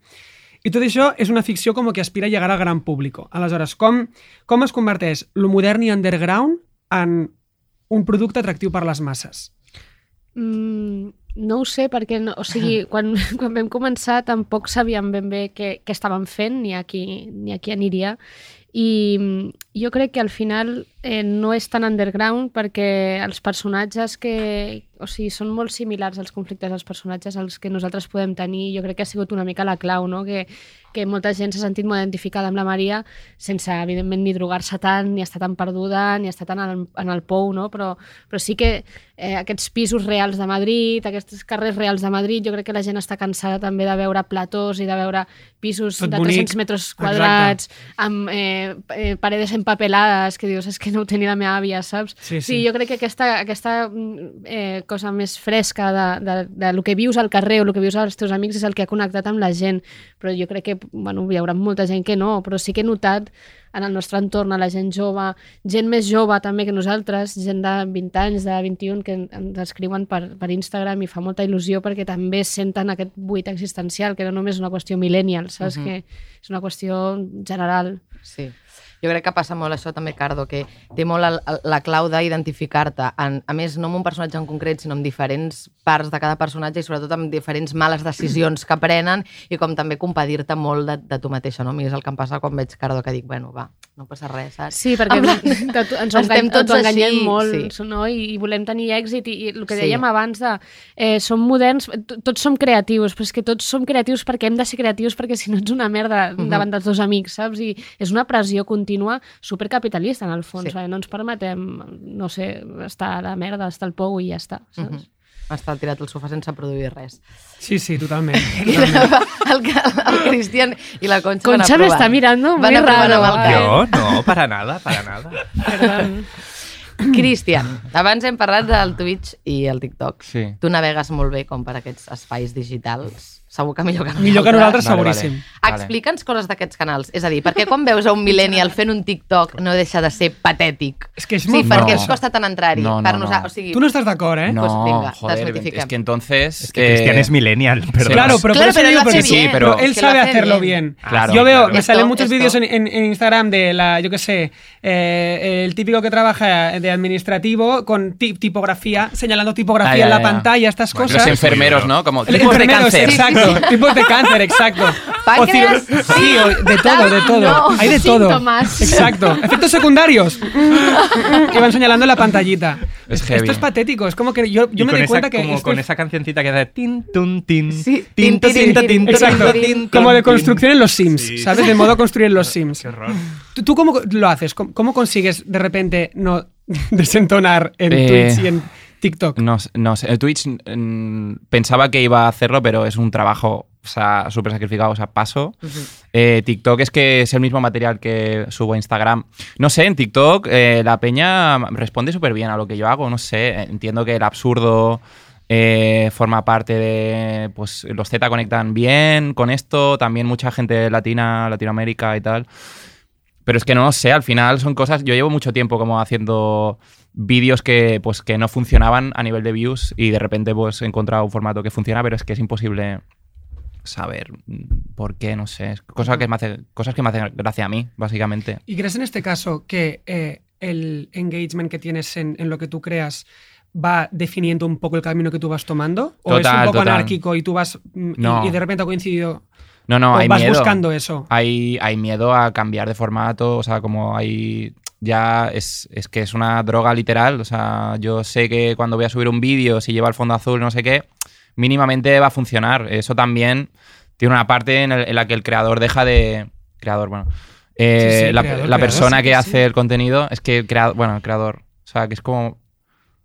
I tot això és una ficció com que aspira a llegar al gran públic. Aleshores, com, com es converteix lo modern i underground en un producte atractiu per les masses? Mm, no ho sé, perquè no, o sigui, quan, quan vam començar tampoc sabíem ben bé què, què estaven fent ni a qui, ni a qui aniria. I mm, jo crec que al final eh, no és tan underground perquè els personatges que... O sigui, són molt similars els conflictes dels personatges als que nosaltres podem tenir. Jo crec que ha sigut una mica la clau, no? Que, que molta gent s'ha sentit molt identificada amb la Maria sense, evidentment, ni drogar-se tant, ni estar tan perduda, ni estar tan en, en el pou, no? Però, però sí que eh, aquests pisos reals de Madrid, aquests carrers reals de Madrid, jo crec que la gent està cansada també de veure platós i de veure pisos Tot de bonic. 300 metres quadrats, amb eh, eh, paredes empapelades, que dius, és que no ho tenia la meva àvia, saps? Sí, sí. sí jo crec que aquesta, aquesta mm, eh, cosa més fresca de, de, de lo que vius al carrer o el que vius als teus amics és el que ha connectat amb la gent, però jo crec que bueno, hi haurà molta gent que no, però sí que he notat en el nostre entorn, a la gent jove, gent més jove també que nosaltres, gent de 20 anys, de 21, que ens escriuen per, per Instagram i fa molta il·lusió perquè també senten aquest buit existencial, que no només és una qüestió millennial, saps? que és una qüestió general. Sí. Jo crec que passa molt això també, Cardo, que té molt el, el, la clau d'identificar-te, en- a més, no amb un personatge en concret, sinó amb diferents parts de cada personatge i sobretot amb diferents males decisions que prenen i com també compadir-te molt de, de tu mateixa, no? A mi és el que em passa quan veig Cardo, que dic, bueno, va, no passa res, saps? Sí, perquè En plan, t'auto- ens estem engany, tots tots enganyem així, molt sí. no? I, i volem tenir èxit i, i el que Sí. dèiem abans de eh, som moderns, to- tots som creatius però és que tots som creatius perquè hem de ser creatius perquè si no ets una merda Mhm. davant dels teus amics saps? i és una pressió contínua supercapitalista en el fons, Sí. sí. no ens permetem no sé, estar a la merda estar al pou i ja està, saps? Mhm. M'està tirat al sofà sense produir res. Sí, sí, totalment. I la, el, el Cristian i la Concha, van Concha me aprovant. está mirando muy Van aprovant raro. amb el cap. Yo, no, para nada, para nada. ¿Eh? Mm. Cristian, abans hem parlat del Twitch i el TikTok. Sí. Tu navegues molt bé com per aquests espais digitals. Segur que millor que nosaltres. Millor que nosaltres, Vale, vale. seguríssim. Vale. Explica'ns coses d'aquests canals. És a dir, perquè quan veus a un millennial fent un TikTok no deixa de ser patètic. És que és sí, molt perquè No. ens costa tant entrar-hi. No, no, per nosa- no. O sigui, Tu no estás de acuerdo, eh? No, Pues venga, joder, desmitifiquem. es que entonces. Es que Cristian eh, es millennial, perdón. Claro, pero, por Claro, eso pero digo, lo hace porque bien. Sí, pero- él que lo sabe hace hacerlo bien. bien. Ah, Claro, Yo veo, claro. me Esto, salen muchos esto. vídeos en, en- en Instagram de la, yo qué sé, eh, el típico que trabaja de administrativo con ti- tipografía, señalando tipografía Ay, en ay, la ay. pantalla, estas Bueno, cosas. Los enfermeros, ¿no? Como tipos de Enfermeros, cáncer. exacto. Tipos de cáncer, exacto. Páncreas, O ciro- sí, o de todo, de todo. No, Hay de todo. síntomas. Exacto. Efectos secundarios. que van señalando en la pantallita. Es Esto heavy. es patético. Es como que yo, yo me Y con doy esa- cuenta que. como esto con es- esa cancioncita que hace tin tun tin Sí, tin, tin tin, tun, tin, tin tin tin Exacto. tin, Pues tin, Como tun, de tin. construcción en los Sims, Sí. ¿sabes? De modo construir en los Sims. Qué horror. ¿Tú, tú cómo lo haces? ¿Cómo, cómo consigues de repente no desentonar en Eh. Twitch y en TikTok. No, s- no sé, eh, Twitch mm, pensaba que iba a hacerlo, pero es un trabajo o sea, súper sacrificado, o sea, paso. Eh, TikTok es que es el mismo material que subo a Instagram. No sé, en TikTok eh, la peña responde súper bien a lo que yo hago, no sé, entiendo que el absurdo... eh, forma parte de pues los Z conectan bien con esto también mucha gente latina Latinoamérica y tal pero es que no lo sé, al final son cosas. Yo llevo mucho tiempo como haciendo vídeos que, pues, que no funcionaban a nivel de views y de repente pues, he encontrado un formato que funciona, pero es que es imposible saber mm, por qué, no sé. Es cosa que me hace, cosas que me hacen gracia a mí, básicamente. ¿Y crees en este caso que eh, el engagement que tienes en, en lo que tú creas va definiendo un poco el camino que tú vas tomando? ¿O es un Total, poco total. anárquico y tú vas mm, y- No. y, de repente ha coincidido? No, no, o hay vas miedo. buscando eso. Hay, hay miedo a cambiar de formato, o sea, como hay... Ya es, es que es una droga literal, o sea, yo sé que cuando voy a subir un vídeo, si lleva el fondo azul, no sé qué, mínimamente va a funcionar. Eso también tiene una parte en, el- en la que el creador deja de... Creador, bueno. Eh, Sí, sí, la, creador, la creador, persona sí, que sí. hace el contenido es que, el creador, bueno, el creador, o sea, que es como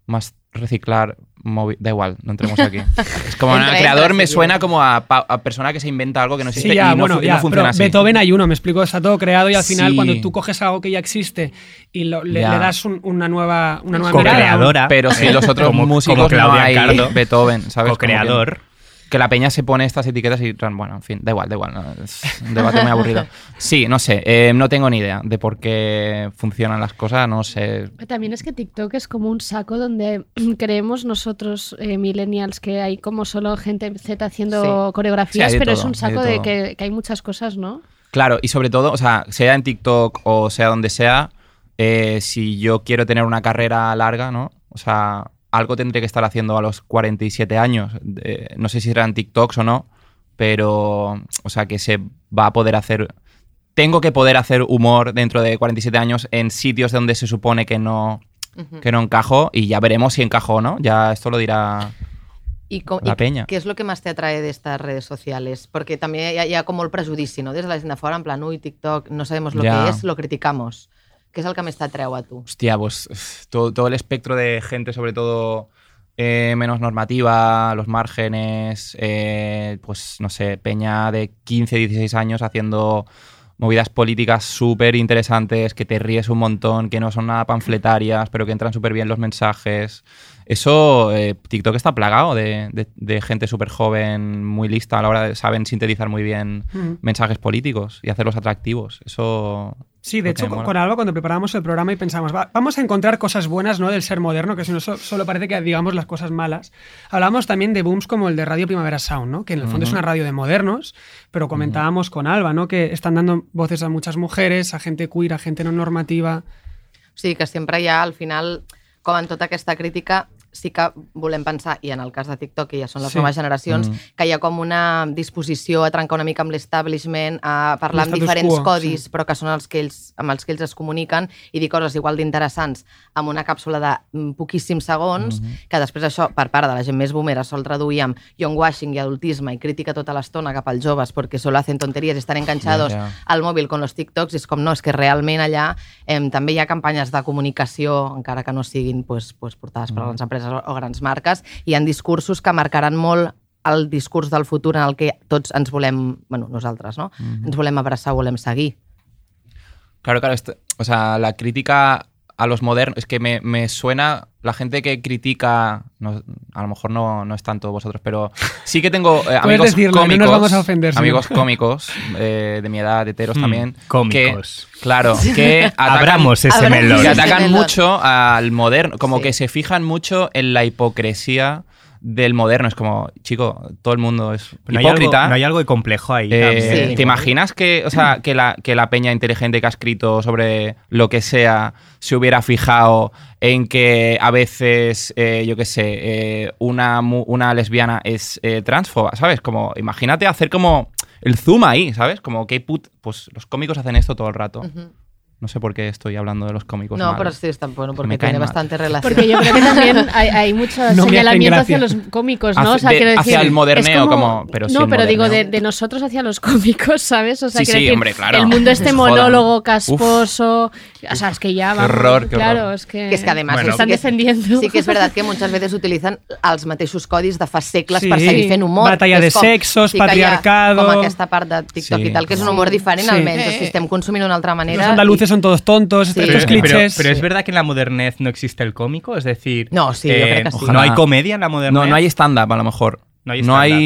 más reciclar móvil. Da igual, no entremos aquí. es como "Ah, Entra, el entra, creador sí, me sí. suena como a, pa- a persona que se inventa algo que no existe Sí, ya, y no, bueno, fu- y ya, no funciona pero así. Beethoven hay uno, me explico, está todo creado y al final Sí. cuando tú coges algo que ya existe y lo- le, Ya. le das un- una nueva, una nueva mirada, Co-creadora. Pero si los otros como, músicos como Claudia no hay Cardo, Beethoven, ¿sabes? Como que- co-creador. que la peña se pone estas etiquetas y tran- bueno, en fin, da igual, da igual, no, es un debate muy aburrido. Sí, no sé, eh, no tengo ni idea de por qué funcionan las cosas, no sé. También es que TikTok es como un saco donde creemos nosotros, eh, millennials, que hay como solo gente Z haciendo coreografías, Sí, hay de pero es todo, un saco hay de de todo. que, que hay muchas cosas, ¿no? Claro, y sobre todo, o sea, sea en TikTok o sea donde sea, eh, si yo quiero tener una carrera larga, ¿no? O sea, algo tendré que estar haciendo a los 47 años. Eh, no sé si serán TikToks o no, pero, o sea, que se va a poder hacer... Tengo que poder hacer humor dentro de 47 años en sitios donde se supone que no, que no encajo y ya veremos si encajo o no. Ya esto lo dirá... I com, La i penya. Què és el que més t'atrae d'aquestes redes sociales? Perquè també hi ha, hi ha com molt prejudici, no? Des de la gent de fora, en plan, ui, TikTok, no sabemos lo Ja. que es, lo criticamos. Què és el que més t'atreu a tu? Hostia, pues uf, todo, todo el espectro de gente, sobre todo eh, menos normativa, los márgenes, eh, pues no sé, peña de 15, 16 años haciendo movidas políticas súper interesantes, que te ríes un montón, que no son nada panfletarias, pero que entran súper bien los mensajes. Eso, eh, TikTok está plagado de, de- de gente súper joven, muy lista a la hora de saben sintetizar muy bien Ujú. mensajes políticos y hacerlos atractivos. Eso... Sí, de Ok, hecho, con- mola. con Alba, cuando preparábamos el programa y pensamos, "Va, vamos a encontrar cosas buenas ¿no? del ser moderno, que si no so- solo parece que digamos las cosas malas. Hablábamos también de booms como el de Radio Primavera Sound, ¿no? que en el fondo es una radio de modernos, pero comentábamos con Alba ¿no? que están dando voces a muchas mujeres, a gente queer, a gente no normativa. O sigui, que sempre hi ha, al final, com en tota aquesta crítica, sí que volem pensar, i en el cas de TikTok, que ja són les Sí. sí. noves generacions, Mm. que hi ha com una disposició a trencar una mica amb l'establishment, a parlar amb L'estatus diferents quo, codis, sí. però que són els que ells, amb els que ells es comuniquen, i dir coses igual d'interessants amb una càpsula de mm, poquíssims segons, Mhm. que després això, per part de la gent més boomera, sol traduir amb John Washing i adultisme i crítica tota l'estona cap als joves perquè solo hacen tonteries i estan enganxados Ja, ja. al mòbil con los TikToks i és com, no, és que realment allà eh, també hi ha campanyes de comunicació, encara que no siguin pues, pues, portades Mhm. per grans empreses o, o grans marques, i hi ha discursos que marcaran molt el discurs del futur en el que tots ens volem, bueno, nosaltres, no? Mhm. Ens volem abraçar, volem seguir. Claro, claro. esto- o sea, la crítica a los modernos. Es que me, me suena. La gente que critica. no- a lo mejor no, no es tanto vosotros, pero sí que tengo eh, amigos decirlo, no nos cómicos. vamos a ofender, sí. Amigos cómicos eh, de mi edad, heteros también. Mm, cómicos. Que, claro, que atacan- Abramos ese Abramos melón. que ese atacan melón. mucho al moderno, como Sí. que se fijan mucho en la hipocresía del moderno. Es como, chico, todo el mundo es No hay, algo, hipócrita. no hay algo de complejo ahí. Eh, también. Sí. ¿Te imaginas que, o sea, que, la, que la peña inteligente que ha escrito sobre lo que sea se hubiera fijado en que a veces, eh, yo qué sé, eh, una, mu- una lesbiana es eh, transfoba, ¿sabes? Como, imagínate hacer como el zoom ahí, ¿sabes? Como que put... Pues los cómicos hacen esto todo el rato. No sé por qué estoy hablando de los cómicos no, mal. pero sí es tan bueno me porque caen tiene mal. bastante relación. Porque yo creo que también hay, hay mucho No me señalamiento hacen hacia los gracia. cómicos, ¿no? Hacia- o sea, de- quiero decir, hacia el es moderneo, como- pero sí, no, el pero digo, de, moderneo. de nosotros hacia los cómicos, ¿sabes? O sea, Sí, quiero sí, decir, hombre, claro. el mundo este Se jodan. monólogo Uf. casposo, o sea, es que ya Qué vamos, horror, qué claro, horror. es que, Que és que, además, Bueno. se están sí, que és- defendiendo. Sí que és veritat que moltes vegades utilitzen els mateixos codis de fa segles Sí. sí. per seguir fent humor. Batalla que és de com- sexos, sí que hi ha patriarcado. Com aquesta part de TikTok Sí. i tal, que és un humor diferent Sí. almenys. O sigui, estem consumint d'una altra manera. Los andaluces son todos tontos, Sí. estos Pero, Estos pero- clichés. pero es verdad que en la modernez no existe el cómico, es decir, eh, No, sí, yo creo que sí. no hay Ojalá. comedia en la modernez. No, no hay stand-up a lo mejor. No hay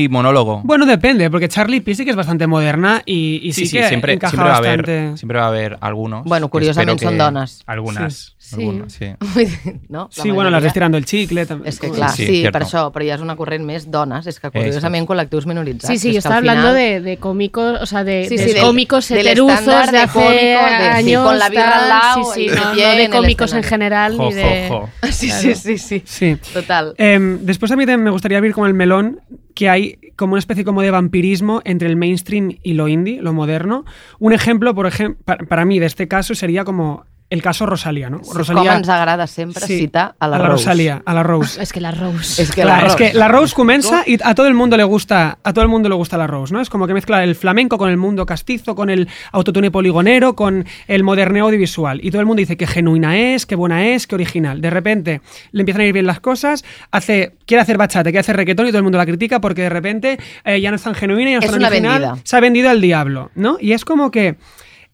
monólogo. Bueno, depende, porque Charlie P sí que es bastante moderna y, y sí, que siempre, encaja siempre va a haber, bastante. siempre va a haber algunos. Bueno, que curiosament espero són que- dones. Algunas. Sí. algunos, sí. Vull dir, no? Sí, bueno, las majoria- de estirando el chicle también. És que clar, Sí, sí, sí cierto. per això, però ja és una corrent més dones, és que curiosament col·lectius minoritzats. Sí, sí, és yo que estaba al final- hablando de, de cómicos, o sea, de, Sí, de sí, del- cómicos del heteruzos estándar de de hace cómico, de- sí, años. con la birra tal, al lado sí, y sí, no, pie no de en el cómicos en escenario. general Jo, ni de... jo, jo. Sí, sí, sí, sí, Sí. Eh, total. Em, después a mí también me gustaría abrir con el melón que hay como una especie como de vampirismo entre el mainstream y lo indie, lo moderno. Un ejemplo, por ejemplo, para, mí de este caso sería como el caso Rosalía, ¿no? Com Rosalía ens agrada sempre sí, citar a la, a la Rose. Rosalía, a la Rose. Es que la Rose. És que Claro, la es Rose. que la Rose comienza y a todo el mundo le gusta, a todo el mundo le gusta la Rose, ¿no? Es como que mezcla el flamenco con el mundo castizo, con el autotune poligonero, con el moderneo audiovisual. Y todo el mundo dice que genuina es, que buena es, que original. De repente le empiezan a ir bien las cosas, hace, quiere hacer bachata, quiere hacer reggaetón y todo el mundo la critica porque de repente eh, ya no es tan genuina, ya no es Es tan una original. vendida. Se ha vendido al diablo, ¿no? Y es como que...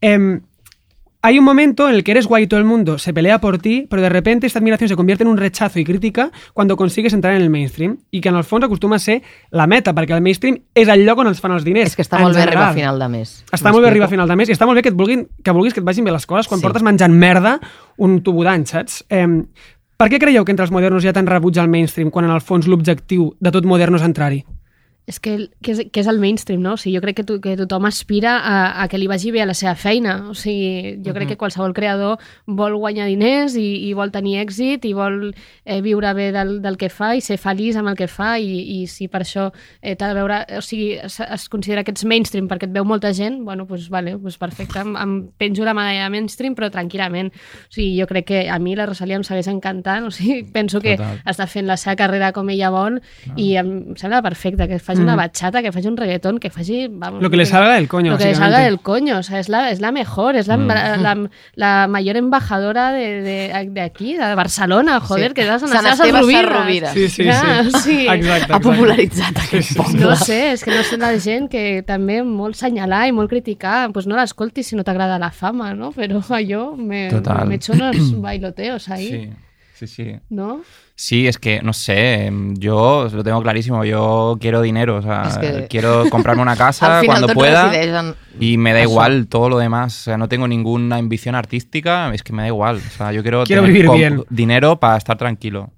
em, hay un momento en el que eres guay y todo el mundo se pelea por ti, pero de repente esta admiración se convierte en un rechazo y crítica cuando consigues entrar en el mainstream i que en el fons acostuma a ser la meta, perquè el mainstream és el lloc on ens fan els diners. És que està molt bé arribar a final general. de mes. Està molt bé arribar a final de mes i està molt bé que et vulguin, que vulguis que et vagin bé les coses quan Sí. portes menjant merda un tubo d'any, saps? Eh, per què creieu que entre els modernos hi ha tant rebuig al mainstream quan en el fons l'objectiu de tot moderno és entrar-hi? És que, el- que, és, que és el mainstream, no? O sigui, jo crec que, tu, que tothom aspira a, a que li vagi bé a la seva feina. O sigui, jo crec que qualsevol creador vol guanyar diners i, i vol tenir èxit i vol eh, viure bé del, del que fa i ser feliç amb el que fa i, i si per això eh, t'ha de veure... O sigui, es, es considera que ets mainstream perquè et veu molta gent, bueno, doncs vale, doncs perfecte, em, em penjo la medalla de mainstream però tranquil·lament. O sigui, jo crec que a mi la Rosalia em segueix encantant, o sigui, penso que Total. està fent la seva carrera com ella vol i Ah. em sembla perfecte que faci una bachata, que faci un reggaetón, que faci... Vamos, Lo que le salga del coño, Lo que le salga básicamente. Mm. del coño, o sea, es la, es la mejor, es la, la, la- la mayor embajadora de, de, de aquí, de Barcelona, joder, Sí. que das a Sant les Esteve Rovires. Sesrovires. Sí, Clar, o sigui, Exacte, Ha popularitzat aquest poble. No sé, és que no sé la gent que també molt senyalar i molt criticar, doncs no l'escoltis si no t'agrada la fama, no? Però jo me, Total. me echo unos bailoteos ahí, Sí, sí, sí. ¿no? Sí, es que, no sé, em, yo lo tengo clarísimo, yo quiero dinero, o sea, Es que- quiero comprarme una Al casa final cuando tot pueda resideix en- y me da Eso. igual todo lo demás, o sea, no tengo ninguna ambición artística, es que me da igual, o sea, yo quiero, Quiero tener vivir com- bien. dinero para estar tranquilo.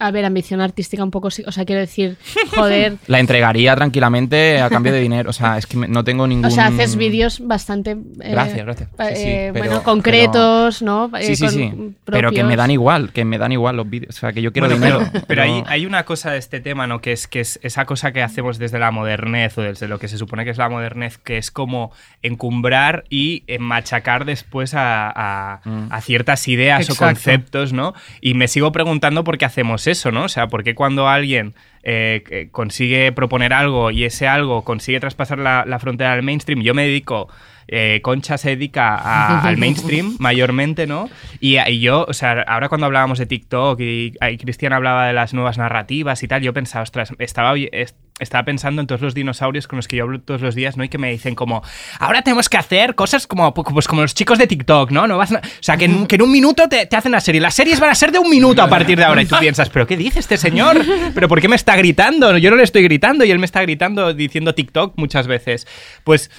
A ver, ambición artística un poco, sí, o sea, quiero decir, joder, La entregaría tranquilamente a cambio de dinero, o sea, es que me- no tengo ningún... o sea, haces vídeos bastante... eh, Gracias, gracias. Sí, sí, eh, pero- bueno, concretos, ¿no? Eh, Sí, sí, con- sí, pero que me propios. dan igual, que me dan igual los vídeos, o sea, que yo quiero Bueno, dinero. Pero, pero hay, no- hay una cosa de este tema, ¿no? Que es, que es esa cosa que hacemos desde la modernez o desde lo que se supone que es la modernez, que es como encumbrar y eh, machacar después a, a- Mm. a ciertas ideas Exacto. o conceptos, ¿no? Y me sigo preguntando por qué hacemos eso, ¿no? O sea, por qué cuando alguien eh, que consigue proponer algo y ese algo consigue traspasar la, la frontera del mainstream, yo me dedico... eh, Concha se dedica a- al mainstream mayormente, ¿no? Y, y yo, o sea, ahora cuando hablábamos de TikTok y, y Cristian hablaba de las nuevas narrativas y tal, yo pensaba, ostras, estaba, oy- est- estaba pensando en todos los dinosaurios con los que yo hablo todos los días, ¿no? Y que me dicen como, ahora tenemos que hacer cosas como, pu- pues como los chicos de TikTok, ¿no? no vas a- o sea, que en, que en un minuto te, te hacen la serie. Las series van a ser de un minuto a partir de ahora. Y tú piensas, ¿pero qué dice este señor? ¿Pero por qué me está gritando? Yo no le estoy gritando y él me está gritando diciendo TikTok muchas veces. Pues...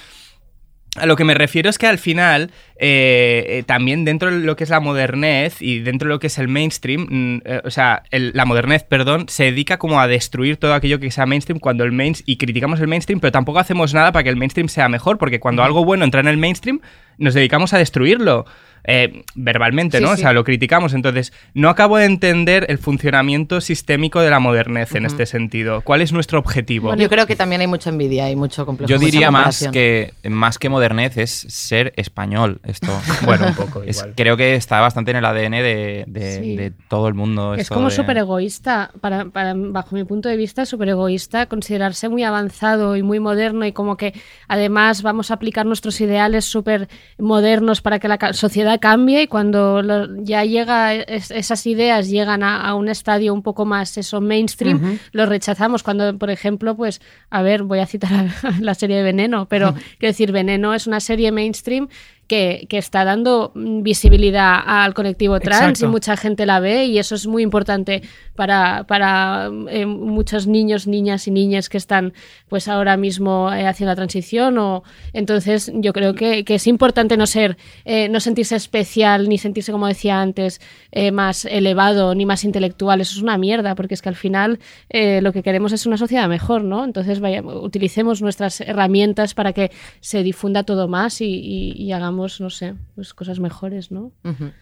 A lo que me refiero es que al final, eh, eh, también dentro de lo que es la modernez y dentro de lo que es el mainstream, mm, eh, o sea, el- la modernez, perdón, se dedica como a destruir todo aquello que sea mainstream cuando el mainstream, y criticamos el mainstream, pero tampoco hacemos nada para que el mainstream sea mejor, porque cuando algo bueno entra en el mainstream, nos dedicamos a destruirlo. eh, verbalmente, Sí, ¿no? O sí. sea, lo criticamos. Entonces, no acabo de entender el funcionamiento sistémico de la modernez en este sentido. ¿Cuál es nuestro objetivo? Yo creo que también hay mucha envidia y mucho complejo. Yo mucha diría más comparación. que, más que modernez es ser español. Esto. Bueno, un poco Es- igual. creo que está bastante en el ADN de, de- Sí. de todo el mundo. Es esto como de- súper egoísta, para, para- bajo mi punto de vista, súper egoísta considerarse muy avanzado y muy moderno y como que además vamos a aplicar nuestros ideales súper modernos para que la ca- sociedad cambie y cuando lo- ya llega, es- esas ideas llegan a, a un estadio un poco más eso mainstream, lo rechazamos cuando, por ejemplo, pues, a ver, voy a citar a- la serie de Veneno, pero quiero decir, Veneno es una serie mainstream que, que está dando mm, visibilidad al colectivo trans y Exacto. mucha gente la ve y eso es muy importante para, para eh, muchos niños, niñas y niñas que están pues ahora mismo eh, haciendo la transición o entonces yo creo que, que es importante no ser eh, no sentirse especial ni sentirse como decía antes eh, más elevado ni más intelectual eso es una mierda porque es que al final eh, lo que queremos es una sociedad mejor no entonces vaya, utilicemos nuestras herramientas para que se difunda todo más y, y- y hagamos no sé pues cosas mejores no Mhm.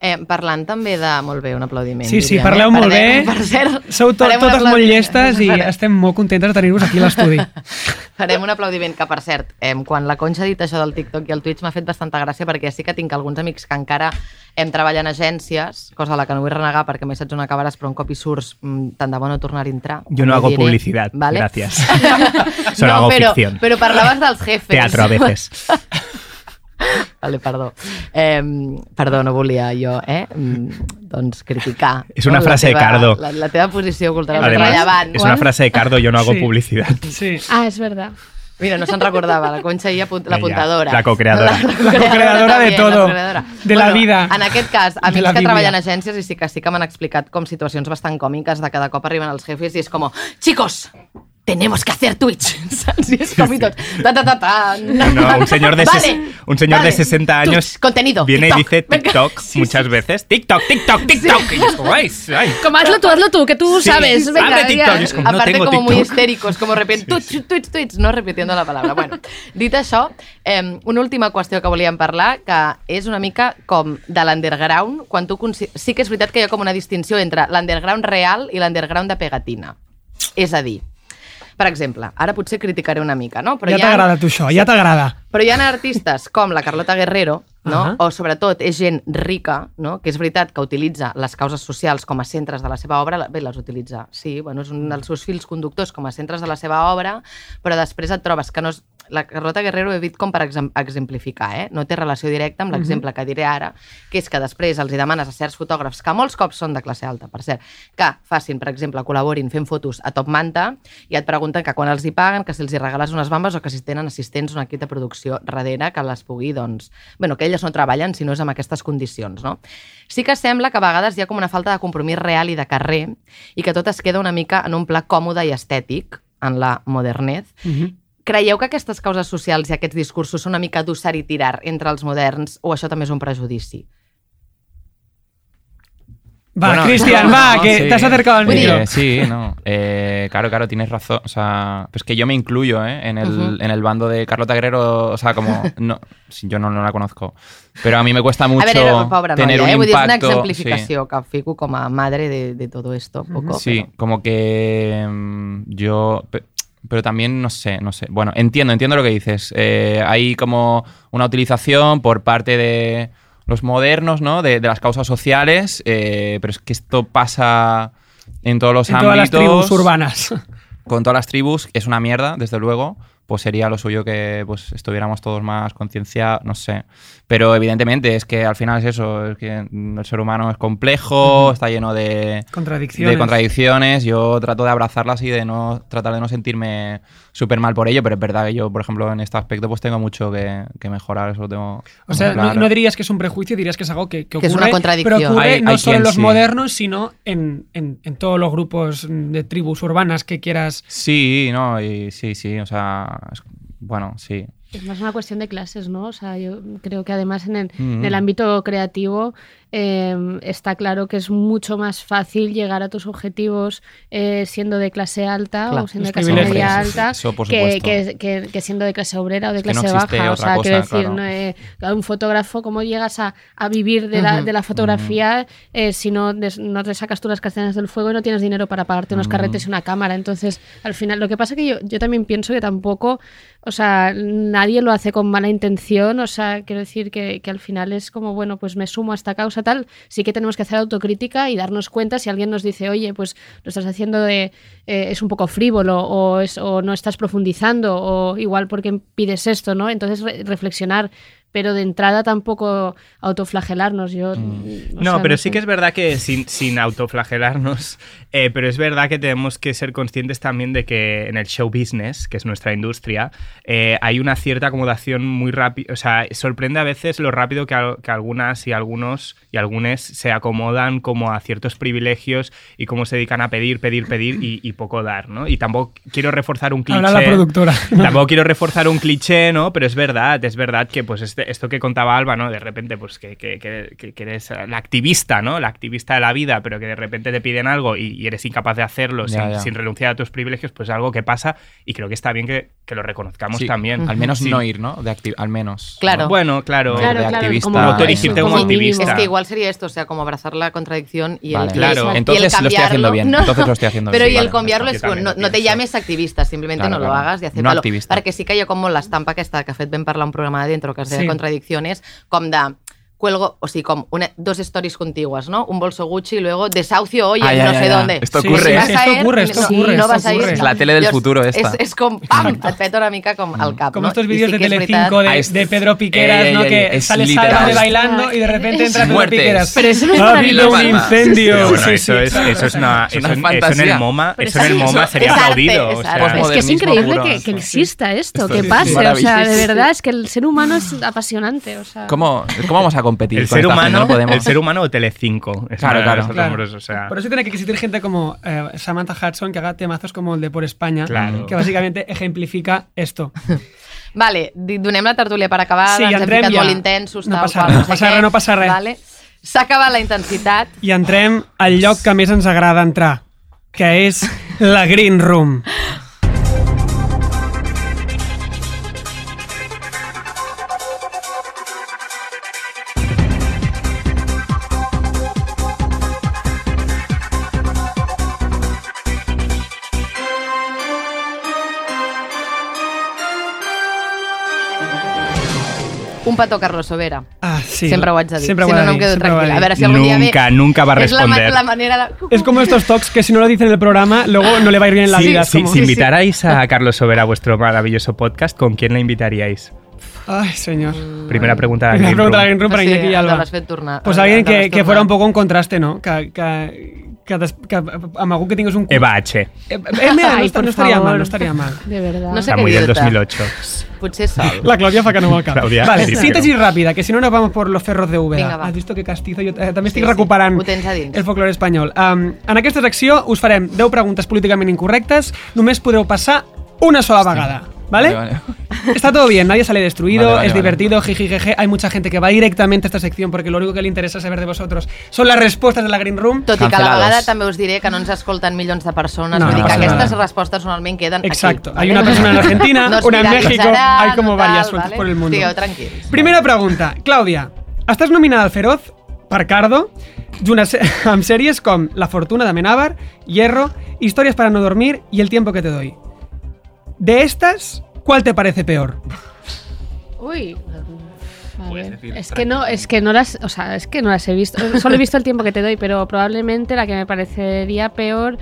Eh, parlant també de... Molt bé, un aplaudiment. Sí, sí, diríem, parleu eh? molt Farem- bé. Per cert, Sou to farem un totes molt aplaudiment. llestes i Farem- estem molt contentes de tenir-vos aquí a l'estudi. Farem un aplaudiment que, per cert, em, quan la Conxa ha dit això del TikTok i el Twitch m'ha fet bastanta gràcia perquè sí que tinc alguns amics que encara em treballen en agències, cosa a la que no vull renegar perquè mai saps on acabaràs, però un cop hi surts, mm, tant de bo no tornar a entrar. Yo no Ho hago diré, publicidad, ¿vale? gracias. Solo hago però, ficción. Però parlaves dels jefes. Teatro a veces. Vale, perdó. Eh, perdó, no volia jo, eh? mm, Doncs criticar. És una no, frase de la teva, Cardo. La, la teva posició cultural Además, rellevant. es una frase de Cardo, yo no hago Sí. publicidad. Sí. ah es verdad Mira, no se'n recordava, la Conxa i apunt- l'apuntadora. la co-creadora. La, co-creadora també, de todo. co-creadora. De la vida. En aquest cas, De amics la que Bíblia. treballen a agències i sí que sí que m'han explicat com situacions bastant còmiques de cada cop arriben els jefes i és com, chicos, tenemos que hacer Twitch, saps? I és com i tot, ta, ta, ta, ta. No, un señor de, ses- un señor de 60 años Twitch, contenido, viene y TikTok. dice TikTok Sí, muchas veces. TikTok, TikTok, TikTok. Y es como, ay, ay. Como hazlo tú, hazlo tú, que tú Sí, sabes. sí, venga, hazme TikTok, ya. es como- no Aparte tengo como muy TikTok. histéricos, como repitiendo tuits, tuits, tuits, no repitiendo la palabra. Bueno, dit això, eh, una última qüestió que volíem parlar, que és una mica com de l'underground, quan tu consi- sí que és veritat que hi ha com una distinció entre l'underground real i l'underground de pegatina. És a dir, per exemple, ara potser criticaré una mica, no? ja hi ha- t'agrada tu això, ja t'agrada. però hi ha artistes com la Carlota Guerrero, no? Ahà. o sobretot és gent rica, no? que és veritat que utilitza les causes socials com a centres de la seva obra, bé, les utilitza, sí, bueno, és un dels seus fils conductors com a centres de la seva obra, però després et trobes que no és... La Carlota Guerrero he dit com per exem- exemplificar, eh? no té relació directa amb l'exemple que diré ara, que és que després els hi demanes a certs fotògrafs, que molts cops són de classe alta, per cert, que facin, per exemple, col·laborin fent fotos a Top Manta i et pregunten que quan els hi paguen, que si els hi regales unes bambes o que si tenen assistents un equip de producció darrere que les pugui, doncs... bueno, que elles no treballen si no és amb aquestes condicions, no? Sí que sembla que a vegades hi ha com una falta de compromís real i de carrer i que tot es queda una mica en un pla còmode i estètic, en la modernez, Creieu que aquestes causes socials i aquests discursos són una mica d'usar i tirar entre els moderns o això també és un prejudici? Va, Bueno, Cristian, no, va, no, que sí. te has acercado al Muy micro. Eh, sí, no. Eh, claro, claro, tienes razón. O sea, pues que yo me incluyo ¿eh? en, el, Ujú. en el bando de Carlota Guerrero. O sea, como. No, si yo no, no la conozco. Pero a mí me cuesta mucho a veure, era pobra tener noia, eh? un Vull dir, és una impacto. sí. exemplificació sí. que fico com a madre de, de todo esto, un poco. Sí, como que mm, yo... pe- Pero también no sé, no sé. Bueno, entiendo, entiendo lo que dices. Eh, hay como una utilización por parte de los modernos, ¿no? De, de las causas sociales, eh, pero es que esto pasa en todos los En ámbitos. todas las tribus urbanas. Con todas las tribus, es una mierda, desde luego. Pues sería lo suyo que pues, estuviéramos todos más conciencia, no sé. Pero evidentemente es que al final es eso, es que mm, el ser humano es complejo, está lleno de, Contradicciones. de contradicciones. Yo trato de abrazarlas y de no tratar de no sentirme súper mal por ello, pero es verdad que yo, por ejemplo, en este aspecto, pues tengo mucho que, que mejorar. Eso lo tengo. O sea, no, claro. no dirías que es un prejuicio, dirías que es algo que, que ocurre. Que es una contradicción. Pero ocurre Hay- no hay solo en quien los sí. modernos, sino en, en, en todos los grupos de tribus urbanas que quieras. Sí, no, y sí, sí. O sea, es- bueno, sí. Es más una cuestión de clases, ¿no? O sea, yo creo que además en el, Mm. en el ámbito creativo eh, está claro que es mucho más fácil llegar a tus objetivos eh, siendo de clase alta Claro. o siendo de Los clase privilegios. media Sí, sí, sí. alta Eso, por que, supuesto. que, que- que siendo de clase obrera o de que no clase existe baja. O otra sea, cosa, quiero decir, claro. no, eh, a un fotógrafo, ¿cómo llegas a, a vivir de la, Ujú. de la fotografía Mm. eh, si no, des- no te sacas tú las castañas del fuego y no tienes dinero para pagarte Mm. unos carretes y una cámara? Entonces, al final, lo que pasa que yo, yo también pienso que tampoco, o sea, nadie lo hace con mala intención, o sea, quiero decir que, que al final es como, bueno, pues me sumo a esta causa tal, sí que tenemos que hacer autocrítica y darnos cuenta si alguien nos dice, oye, pues lo estás haciendo de, eh, es un poco frívolo o, es, o no estás profundizando o igual porque pides esto, ¿no? Entonces re- reflexionar, pero de entrada tampoco autoflagelarnos. Yo, o No, sea, pero no sí sé. que es verdad que sin, sin autoflagelarnos, eh, pero es verdad que tenemos que ser conscientes también de que en el show business, que es nuestra industria, eh, hay una cierta acomodación muy rápida. O sea, sorprende a veces lo rápido que, al- que algunas y algunos y algunas se acomodan como a ciertos privilegios y cómo se dedican a pedir, pedir, pedir y, y poco dar, ¿no? Y tampoco quiero reforzar un cliché. Habla la productora. Tampoco quiero reforzar un cliché, ¿no? Pero es verdad, es verdad que pues este- esto que contaba Alba, ¿no? De repente, pues que, que- que- que- que eres la activista, ¿no? La activista de la vida, pero que de repente te piden algo y, y eres incapaz de hacerlo Ya, sin, ya. sin renunciar a tus privilegios, pues es algo que pasa y creo que está bien que, que lo reconozcamos Sí, también. Al menos Sí. no ir, ¿no? De acti- al menos. Claro. Bueno, claro. Claro, de claro, activista. como Como Ah, autodirigente eso. como como activista. mínimo. Es que igual sería esto, o sea, como abrazar la contradicción y el, Vale. y Claro. el- y el Entonces lo estoy haciendo cambiarlo. bien. No. Entonces lo estoy haciendo Pero bien, y el vale. cambiarlo Yo es, bueno, también no, lo no te pienso. llames activista, simplemente Claro, no lo claro. hagas y No acéptalo. activista. Perquè sí que hi ha com molt l'estampa aquesta que ha fet ben parlar un programa de dentro, que es deia Sí. sí. contradicciones, com de cuelgo, o sigui, com una, dos stories contiguas, ¿no? Un bolso Gucci y luego desahucio hoy en Ah, ya, no ya, sé ya. dónde. Esto Sí, ocurre. sí, vas sí, a esto ir, ocurre, esto no, ocurre, no esto vas a ir. ocurre. Es la tele del futuro, esta. És, és com, pam, et peta una mica com al cap, Mm. Ah, Como no? estos I vídeos sí de que és veritat. Telecinco Ah, de, es- de Pedro Piqueras, Ey, ¿no? ey, que ey, es sale literal. Salva de bailando y de repente entra Pedro Muertes. Piqueras. Pero eso no es ha habido un maravilloso. incendio. Pero bueno, Sí, eso, sí. Es, eso es una, Es eso en- una eso en fantasía. el MoMA, Pero eso en el sí, MoMA eso- sería es arte, aplaudido. o es sea, arte. Es que es Modernismo increíble puro, que, sí, que sí. exista esto, Esto que es pase, o sea, maravilloso. de verdad, es que el ser humano es apasionante, o sea. ¿Cómo, ¿Cómo vamos a competir? el con ser esta gente? humano, No podemos. el ser humano o Telecinco. Es Claro, una- claro. es Claro. asombroso, o sea. Por eso tiene que existir gente como eh, Samantha Hudson que haga temazos como el de Por España, Claro. que básicamente ejemplifica esto. Vale, di- donem la tertúlia per acabar, sí, Sí, ens hem entrem ficat ja. molt intensos, No tal passa qual, res, no no sé passa què. res, no passa res. Vale. S'ha acabat la intensitat. I entrem al lloc que més ens agrada entrar, que és la Green Room. Un petó, Carlos Sobera. Ah, sí. Sempre ho haig de dir. Sempre ho si no, ha de no em dir, quedo sempre ho ha de tranquil·la. A dir. veure si algun dia ve... Nunca, nunca va a És la, ma- responder. la manera de... Es como estos talks que si no lo dicen en el programa, luego no le va a ir bien en la Sí, vida. es sí, como- si invitarais a Carlos Sobera a vuestro maravilloso podcast, ¿con quién la invitaríais? Ay, señor. Primera pregunta de Primera pregunta a la Green Room. Green Room para Sí, Iñaki y te Alba. l'has fet tornar. Pues Te alguien l'has que, que tornat. fuera un poco un contraste, ¿no? Que, que, que, des- que amb algú que tingués un... cul- Eva H. Eh, eh, mira, no, Ay, està- por no estaria favor. mal, no estaria mal. De verdad. No sé Está qué muy del idiota. 2008. Potser sol. La Claudia fa que no vol cap. Claudia, vale, sí, sí, síntesis que ràpida, que si no nos vamos por los ferros de Úbeda. Vinga, va. Has visto que castizo, jo eh, també estic Sí, sí, recuperant ho tens a dins. el folclore espanyol. Um, en aquesta secció us farem 10 preguntes políticament incorrectes, només podeu passar una sola vegada. ¿Vale? Está todo bien, nadie sale destruido, Vale, vale, es vale. divertido, jijijeje. Hay mucha gente que va directamente a esta sección porque lo único que le interesa saber de vosotros son las respuestas de la Green Room. Tot i que a la Cancelados. vegada també us diré que no ens escolten milions de persones, No, vull dir no que passa aquestes nada. respostes normalment queden Exacto. aquí. Hay una persona en Argentina, No es una en viralitzarà, México, hay como no varias tal, sueltas vale? oh, por el mundo. Estigueu tranquils. Primera pregunta, Clàudia. Estàs nominada al Feroz per Cardo junt a se- amb sèries com La fortuna de Menábar, Hierro, Historias para no dormir y El tiempo que te doy. De estas, ¿cuál te parece peor? Uy. A Puedes ver, decir es que no, es que no las, o sea, es que no las he visto. Solo he visto el tiempo que te doy, pero probablemente la que me parecería peor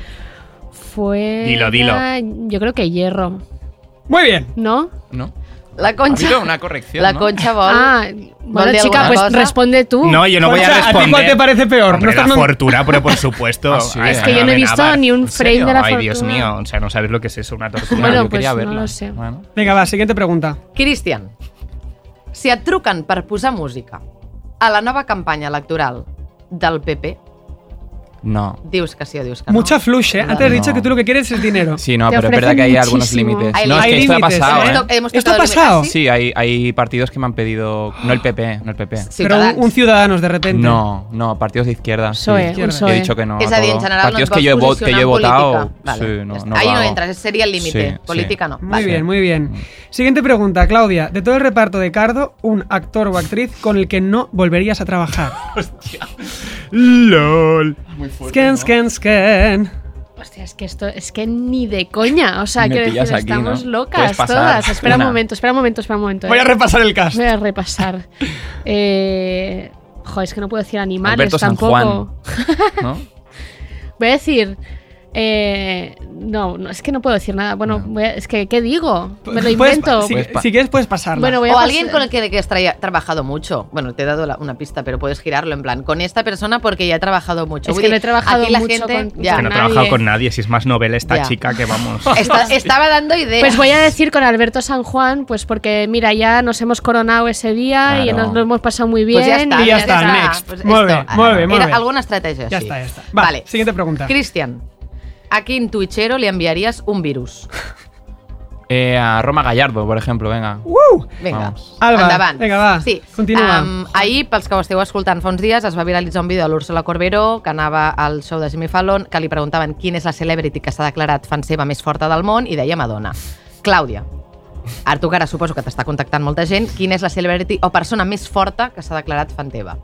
fue. Dilo, dilo. Yo creo que hierro, Muy bien. ¿no? ¿No? La Ha Concha... habido una corrección. La ¿no? Concha vol... ah, bueno, dir chica, alguna pues cosa? responde tú. No, yo no voy a Concha, ¿a ti responder. cuál te parece peor? Hombre, No estás la nom- fortuna, pero por supuesto. Ah, sí, Ay, es no, que yo no no he ven a visto bar. ni un eh, ¿En frame de serio? la Ay, Dios fortuna. mío, o sea, no sabes lo que es eso, una tortura. Bueno, yo quería pues no verla. lo sé. Bueno. Vinga, va, siguiente pregunta. Ah, Cristian, si et truquen per posar música a la nova campanya electoral del PP, No. Dius que sí o dius que no. Mucha flush, ¿eh? Antes has dicho No. que tú lo que quieres es dinero. Sí, no, Te pero es verdad ofrecen que hay algunos muchísimo. límites. Hay No, es que esto ha límites, pasado, ¿eh? ¿eh? Esto- hemos Esto ha tocado el límite, pasado. ¿sí? Sí, hay, hay partidos que me han pedido. No el PP, no el PP. Pero Ciutadans. un, un Ciudadanos de repente. No, no, partidos de izquierda. sí. PSOE, un Izquierda. Yo he PSOE. dicho que no. És a a dir, en todo. general no et partidos vols que yo, he vo- que yo posicionar he votado. política. Vale, sí, no, ja està. no Ahí lo no hago. entras, sería el límite. Sí, Política sí. no. Muy Vale. bien, muy bien. Siguiente pregunta, Claudia. De todo el reparto de Cardo, un actor o actriz con el que no volverías a trabajar. LOL. Scan, scan, scan. Hostia, es que esto es que ni de coña. O sea, Me quiero decir, pillas aquí, estamos ¿no? locas Puedes pasar todas. Espera una. un momento, espera un momento, espera un momento. Voy eh. a repasar el cast. Voy a repasar. Eh, jo, es que no puedo decir animales Alberto San tampoco. Juan. ¿No? Voy a decir. eh, no, no, es que no puedo decir nada. Bueno, voy a- es que, ¿qué digo? Me lo Puedes- invento. Si, Puedes pa- si quieres, puedes pasarla. Bueno, voy a O pas- alguien con el que, que has tra- trabajado mucho. Bueno, te he dado la- una pista, pero puedes girarlo en plan. Con esta persona porque ya he trabajado mucho. Es Vull que dir, no he trabajado aquí la mucho gente con- ya. que no ha nadie. trabajado con nadie, si es más novela esta Ya. chica que vamos. Está- estaba dando ideas. Pues voy a decir con Alberto San Juan, pues porque mira, ya nos hemos coronado ese día y Claro. nos lo hemos pasado muy bien. Pues ya está, Y ya mira, está, ja next. Pues Molt esto. bé, molt bé, molt Era bé. alguna estrategia Ya sí. está, ya está. Va, vale. siguiente pregunta. Cristian, ¿a quin tuichero le enviarías un virus? Eh, a Roma Gallardo, por ejemplo, venga. ¡Woo! Vinga, Vamos. Alba, endavant. vinga, va, Sí. continua. Em, ahir, pels que ho esteu escoltant fa uns dies, es va viralitzar un vídeo de l'Úrsula Corberó, que anava al show de Jimmy Fallon, que li preguntaven quina és la celebrity que s'ha declarat fan seva més forta del món, i deia Madonna. Clàudia, ara tu que ara suposo que t'està contactant molta gent, quina és la celebrity o persona més forta que s'ha declarat fan teva?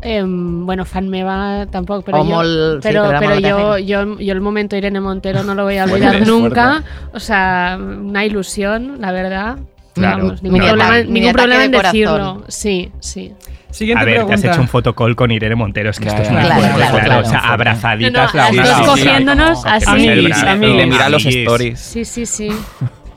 Em, bueno, fan me va tampoco, pero O yo, mol- sí, pero, pero era pero yo, molotejero. yo, yo el momento Irene Montero no lo voy a Fuerte, olvidar fuerte. nunca. O sea, una ilusión, la verdad. Claro, Vamos, ningún normal. problema, Mini ningún ataque problema de en corazón. decirlo. Sí, sí. Siguiente a ver, pregunta. te has hecho un fotocall con Irene Montero, es que Ya, esto es ya, muy ya. fuerte, Claro, claro, O sea, claro. abrazaditas No, no, la una las a la dos otra. cogiéndonos Como que así. se Amiguis, abrazan. amiguis. Le mira los Amiguis. stories. Sí, sí, sí.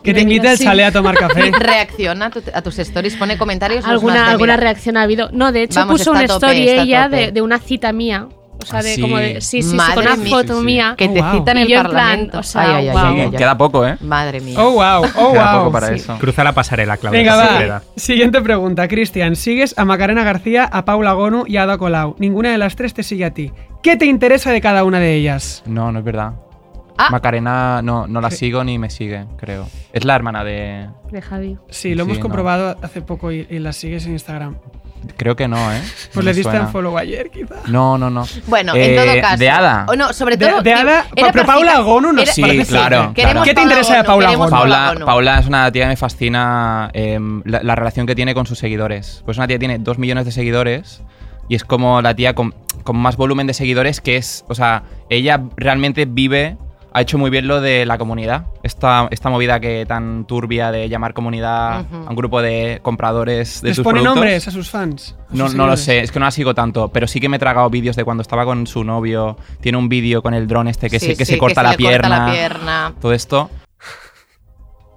Que te Mira, invite el sí. chale a tomar café. Reacciona a, tu- a tus stories, pone comentarios. no es más alguna, de alguna mirar. reacción ha habido. No, de hecho Vamos, está puso una a tope, story está a ella tope. de, de una cita mía. O sea, Ah, de sí. como de. Sí, sí, sí, Madre con una mía. foto Sí, sí. mía. Que Oh, te wow. citan en Y el yo en plan, Parlamento. o sea, ay, ay, ay, wow. ay, ay. Queda poco, ¿eh? Madre mía. Oh, wow, oh, Queda wow. poco para Sí. eso. Cruza la pasarela, Claudia. Venga, se va. queda. Siguiente pregunta, Cristian. Sigues a Macarena García, a Paula Gonu y a Ada Colau. Ninguna de las tres te sigue a ti. ¿Qué te interesa de cada una de ellas? No, no es verdad. Ah. Macarena no, no la sigo ni me sigue, creo. Es la hermana de. De Javi. Sí, lo Sí, hemos no. comprobado hace poco y, y las sigues en Instagram. Creo que no, ¿eh? No Pues le me diste suena. un follow ayer, quizá. No, no, no. Bueno, Eh, en todo caso. De Ada. O no, sobre De- todo. de que Ada, era pero perfil- Paula Gono no era- Sí, para mí claro, claro. Queremos ¿Qué te interesa de Paula queremos Gono? Paula, Gono. Paula es una tía que me fascina eh, la, la relación que tiene con sus seguidores. Pues una tía que tiene dos millones de seguidores y es como la tía con, con más volumen de seguidores que es, o sea, ella realmente vive, ha hecho muy bien lo de la comunidad. Esta, esta movida que tan turbia de llamar comunidad Ujú. a un grupo de compradores de ¿Les sus pone productos. nombres a sus fans? a sus No, no lo seguidores? sé, es que no la sigo tanto, pero sí que me he tragado vídeos de cuando estaba con su novio. Tiene un vídeo con el dron este que, Sí, se, que sí, se corta, la, le corta pierna, la pierna. Todo esto.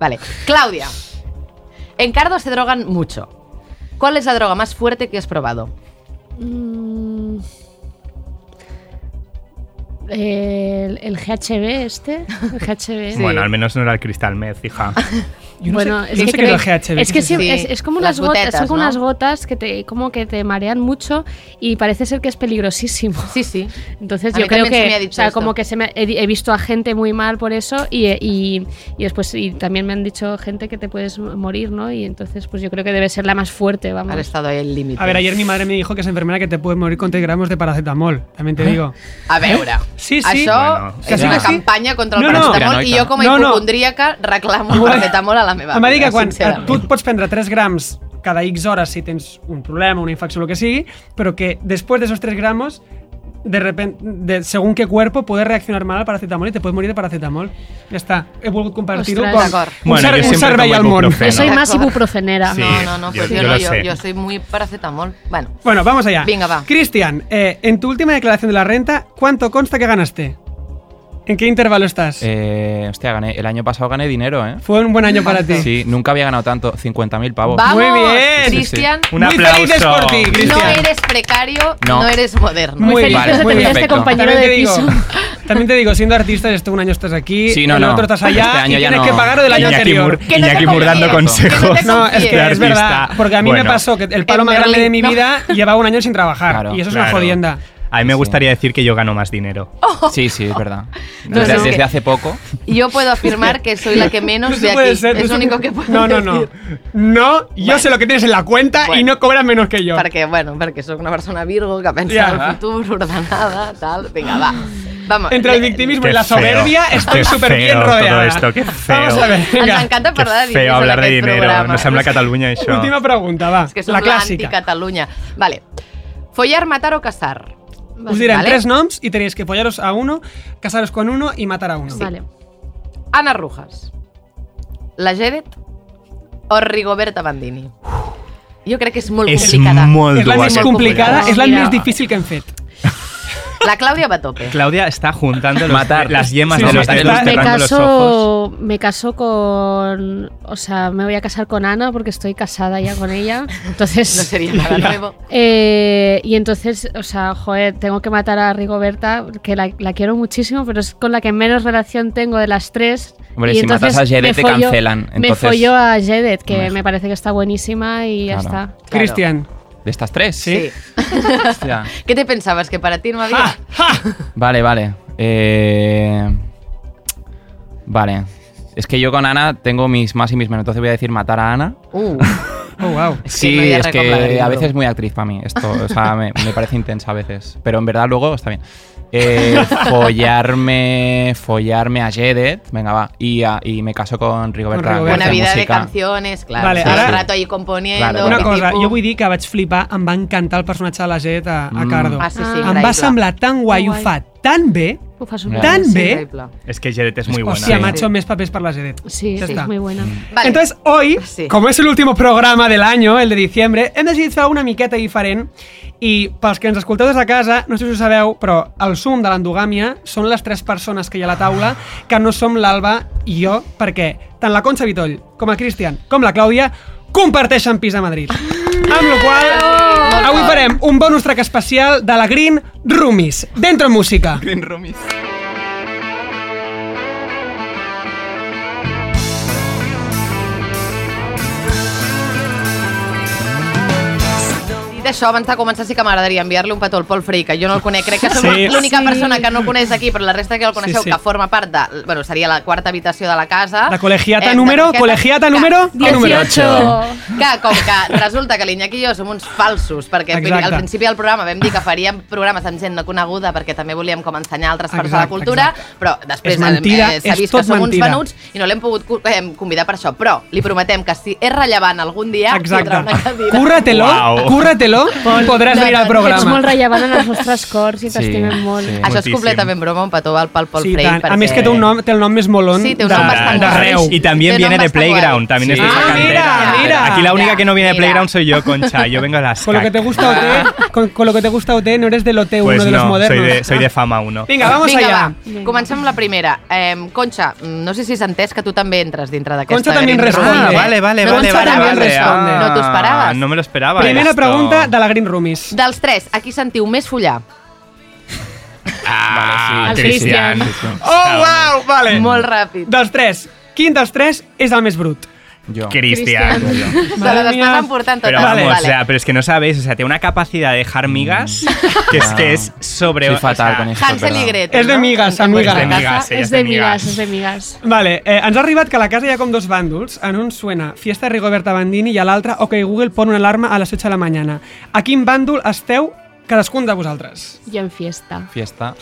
Vale. Claudia. En Cardo se drogan mucho. ¿Cuál es la droga más fuerte que has probado? Mm. El, el GHB este, el GHB. Bueno, al menos no era el cristal meth, hija. Yo no Bueno, sé, yo no sé qué creo- es el GHB. es que ¿Qué sí, eso? es, es como Las unas gotas, gotetas, son como ¿no? unas gotas que te, como que te marean mucho y parece ser que es peligrosísimo. Sí, sí. Entonces A yo mí creo también se que, me ha dicho o sea, esto. como que se me, he, he visto a gente muy mal por eso y, y- y después y también me han dicho gente que te puedes morir, ¿no? Y entonces pues yo creo que debe ser la más fuerte, vamos. Al estado ahí el límite. A ver, ayer mi madre me dijo que es enfermera que te puedes morir con 3 gramos de paracetamol. También ¿Eh? te digo. A veure. Sí, sí. Això Bueno, és sí, Ah, una sí. campanya contra el No, no. paracetamol i jo com a No, no. hipocondríaca reclamo el paracetamol a la meva Em va dir vida, que quan sincerament. tu et pots prendre 3 grams cada X hores si tens un problema, una infecció, el que sigui, però que després d'esos 3 gramos de repente, de, según qué cuerpo puedes reaccionar mal al paracetamol y te puedes morir de paracetamol. Ya está. He vuelto a compartirlo Ostres. con D'acord. un, Bueno, cer- jo un sempre servei tomo al món. ibuprofeno. Yo soy Bueno. más ibuprofenera. Sí. No, no, no, pues yo- yo, yo no, lo yo, sé. yo soy muy paracetamol. Bueno, Bueno, vamos allá. Vinga, va. Cristian, eh, en tu última declaración de la renta, ¿cuánto consta que ganaste? ¿En qué intervalo estás? Eh, hostia, gané, el año pasado gané dinero, ¿eh? Fue un buen año para ti. Sí, nunca había ganado tanto, 50.000 pavos. vamos, Muy bien. Cristian. Un Muy felices aplauso. por ti, No Cristian. eres precario, no, No. eres moderno. Muy feliz Vale, de muy tener este perfecto. compañero También te, de digo, piso. también te digo, siendo artista, esto un año estás aquí, Sí, no, el no. otro estás allá, Este año y ya tienes no. que pagar el año Iñaki anterior. Mur- Iñaki Mur dando confíes, que no consejos. te No, es que confíes. es De verdad, artista. porque a mí me Bueno. pasó que el palo En más grande de mi Berlín, vida llevaba un año sin trabajar Claro, y eso es Claro. una jodienda. A mí me Sí. gustaría decir que yo gano más dinero. Oh, Sí, sí, es verdad. No, desde, no. desde hace poco. Yo puedo afirmar que soy la que menos No se de puede aquí. ser, no es se lo único puede- que puedo No, no, no. No, yo sé lo que tienes en la cuenta y Bueno. no cobras menos que yo. Perquè, bueno, perquè sóc una persona virgo que pensa Ja. en el futur, ordenada, tal. Vinga, va. Vamos. Entre el Eh, victimismo Qué y la feo, soberbia estoy qué súper bien feo todo rodeada. esto, qué Vamos feo. a ver, Ens venga. encanta Qué parlar de diners feo en hablar de aquest dinero. programa. No sembla Cataluña això. Última pregunta, va. És que som La clàssica. l'anti-Catalunya. Vale. Follar, matar o casar? Us direm Vale. Pues tres noms y tenéis que follaros a uno, casaros con uno y matar a uno. Vale. Anna Rujas, la Jedet o Rigoberta Bandini? Jo crec que és molt És complicada. molt Es la dur más aquest complicada, programa. es la Mira. más difícil que en FED. La Clàudia va a tope. Claudia está juntando los- Matar. las yemas Sí, de sí, los está- dedos, está- Me cerrando los ojos. caso, me caso con. O sea, me voy a casar con Ana porque estoy casada ya con ella. Entonces. No seria nada nuevo. Eh, y entonces, o sea, joder, tengo que matar a Rigoberta, que la, la quiero muchísimo, pero es con la que menos relación tengo de las tres. Hombre, y si matas entonces a Jedet, te me follo- cancelan, Me entonces- follo a Jedet, que Hombre. me parece que está buenísima y ya Claro. está. Claro. Cristian. ¿De estas tres? Sí. Hostia. Què te pensaves, que para ti no havia? ¿Eh? ¡Ja! ¡Ja! Vale, vale. Eh, Vale. Es que yo con Ana tengo mis más y mis menos, entonces voy a decir matar a Ana. Uh, Oh, wow. Sí, voy a es que recomendar. a veces es muy actriz para mí esto, o sea, me, me parece intensa a veces, pero en verdad luego está bien. Eh, follarme, follarme a Jedet, venga va, y, a- y me caso con Rigoberta. Con que Rigoberta. una hace vida de música. canciones, claro. Vale, Vale, ara... ara- Un rato ahí componiendo. Claro, Una Bueno, cosa, pipipu. jo vull dir que vaig flipar, em va encantar el personatge de la Jet a, a Mm. Cardo. Ah, sí, sí, Em em va increïble. semblar tan guai, ho Guai. fa tan bé. Ufa, es Claro. brutal. Tan Sí, bé. increíble. Es que Jedet es muy buena. Hostia, ¿eh? macho, més papers per la Jet. Sí, Ya sí, está. Mm. es muy buena. Vale. Entonces, hoy, Sí. com és l'últim programa de l'any, el de diciembre, hem decidit fer una miqueta diferent i pels que ens escolteu des de casa, no sé si ho sabeu, però el sum de l'endogàmia són les tres persones que hi ha a la taula que no som l'Alba i jo, perquè tant la Concha Vitoll com el Cristian com la Clàudia comparteixen pis a Madrid. Amb la qual cosa, avui farem un bonus track especial de la Green Roomies. Dentro música. Dit això, abans de començar sí que m'agradaria enviar-li un petó al Pol Frey, que jo no el conec. Crec que som Sí. l'única Sí. persona que no el coneix aquí, però la resta que el coneixeu, Sí, sí. que forma part de... Bueno, seria la quarta habitació de la casa. Eh, La col·legiata de número, col·legiata- col·legiata que- número, que- número 18. Que, com que resulta que l'Iñaki i jo som uns falsos, perquè Exacte. al principi del programa vam dir que faríem programes amb gent no coneguda perquè també volíem com ensenyar altres parts de la Exacte, cultura, però després És mentida, eh, s'ha és vist tot que som mentida. uns venuts i no l'hem pogut co- eh, convidar per això. Però li prometem que si és rellevant algun dia, Exacte. tindrà una cadira. Cúrratelo, Uau. cúrratelo i podràs no, venir no, al Ets molt programa. rellevant en els nostres cors i Sí, t'estimen molt. sí. Això és Moltíssim. completament broma, un petó al Pal Pol Sí, i Frey. tant. perquè- A més que té, un nom, té el nom més molon Sí, té un de, nom bastant de guai. Reu. Y también Pero viene no de basta Playground, guay. también es Sí. de esa Ah, cantera. mira, mira. Aquí la única Mira, que no viene de mira. Playground soy yo, Concha. Yo vengo de las Ah, Con lo que te gusta OT, con, con lo que te gusta OT, no eres del OT, Pues uno de los no, soy modernos. de, soy de fama uno. Vinga, vamos Vinga, allá. va. Comencem amb la primera. Eh, Concha, mm, no sé si s'ha entès que tu també entres dintre d'aquesta... Concha també en Green respon, Room, eh? Ah, eh? vale, vale, no vale, t'ho Concha vale, esperaves. también vale. responde. Ah, No t'ho esperaves. No me lo esperaba. Primera esto. pregunta de la Green Roomies. Dels tres, aquí sentiu més follar. Ah, Al Cristian. Oh, wow, vale. Molt ràpid. Dels tres, quin dels tres és el més brut? Yo. Cristian. Se Madre les mía. estàs emportant Pero totes. vamos, Vale. o sea, pero es que no sabéis, o sea, tiene una capacidad de dejar migas que es que es sobre. Mm. Soy o sea, fatal con esto. Hansel i perdón. Gretel. És de no? migas, Es amiga. de migas, ella Ah, Es de migas, es de migas. Vale, eh, ens ha arribat que a la casa hi ha com dos bàndols. En un suena Fiesta Rigoberta Bandini i a l'altre OK Google pon una alarma a les 8 de la mañana. A quin bàndol esteu cadascun de vosaltres? Yo en fiesta. Fiesta.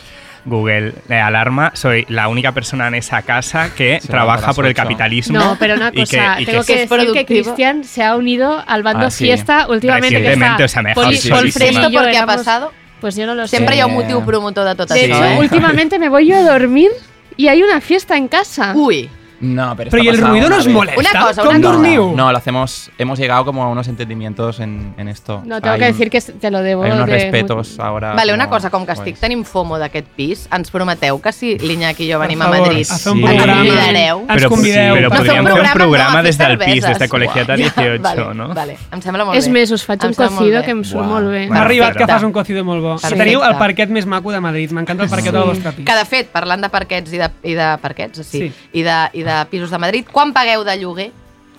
Google, eh, alarma, soy la única persona en esa casa que Se levanta a trabaja las por el ocho. capitalismo. No, pero una y que- cosa, y que tengo que, es decir que productivo. Cristian se ha unido al bando Ah, sí. fiesta últimamente. que Recientemente, está o sea, me ha Pol- dejado Pol solísima. Frey y Esto yo porque ha éramos- pasado. Pues yo no lo sé. Sempre hi ha un Eh, motiu promotor de tot De això, hecho, eh? últimamente me voy yo a dormir y hay una fiesta en casa. Ui, No, pero Però i el ruido no es us molesta? Una cosa, Com una cosa. dormiu? No, lo hacemos. Hemos llegado como a unos entendimientos en, en esto. No, O sea, tengo hay que un- decir que te lo debo. Hay unos de- respetos Ah, ahora. Vale, una como, cosa, com que estic pues, tenim fomo d'aquest pis, ens prometeu que si l'Iñaki i jo Per venim favor, a Madrid, a fer un Sí. ens programa. convidareu. Ens Pero, pues convideu. pero No fer podríem un fer un programa, programa no, des fer del PIS, cerveses. des de Col·legiata 18, vale, no? Vale, em sembla molt Es bé. més, us faig Em un sembla molt cocido bé. que em surt Uau. molt bé. M'ha Bueno, arribat que perfecte. fas un cocido molt bo. Perfecte. Teniu el parquet més maco de Madrid. M'encanta el parquet del vostre pis. Que, de fet, parlant de parquets i de, i de parquets, sí, Sí. I, de, i de pisos de Madrid, quan pagueu de lloguer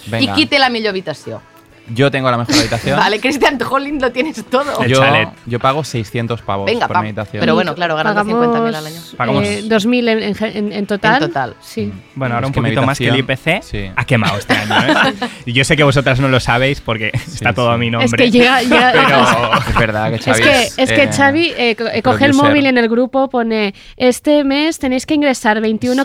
Vinga. i qui té la millor habitació? Yo tengo la mejor habitación. Vale, Christian Holling lo tienes todo. El yo, chalet. yo pago 600 pavos Venga, por pa- mi habitación. pero bueno, claro, ganando 50.000 al año. Pagamos- eh, 2.000 en, en, en- en total. En total. Sí. Bueno, ahora Es un que mi poquito más que el habitación- IPC sí. ha quemado este año. ¿eh? Y yo sé que vosotras no lo sabéis porque está todo sí. a mi nombre. Es que llega. llega- Pero Es verdad que Es Xavi que, es que eh, Xavi eh, co- eh, coge el producer. móvil en el grupo, pone este mes tenéis que ingresar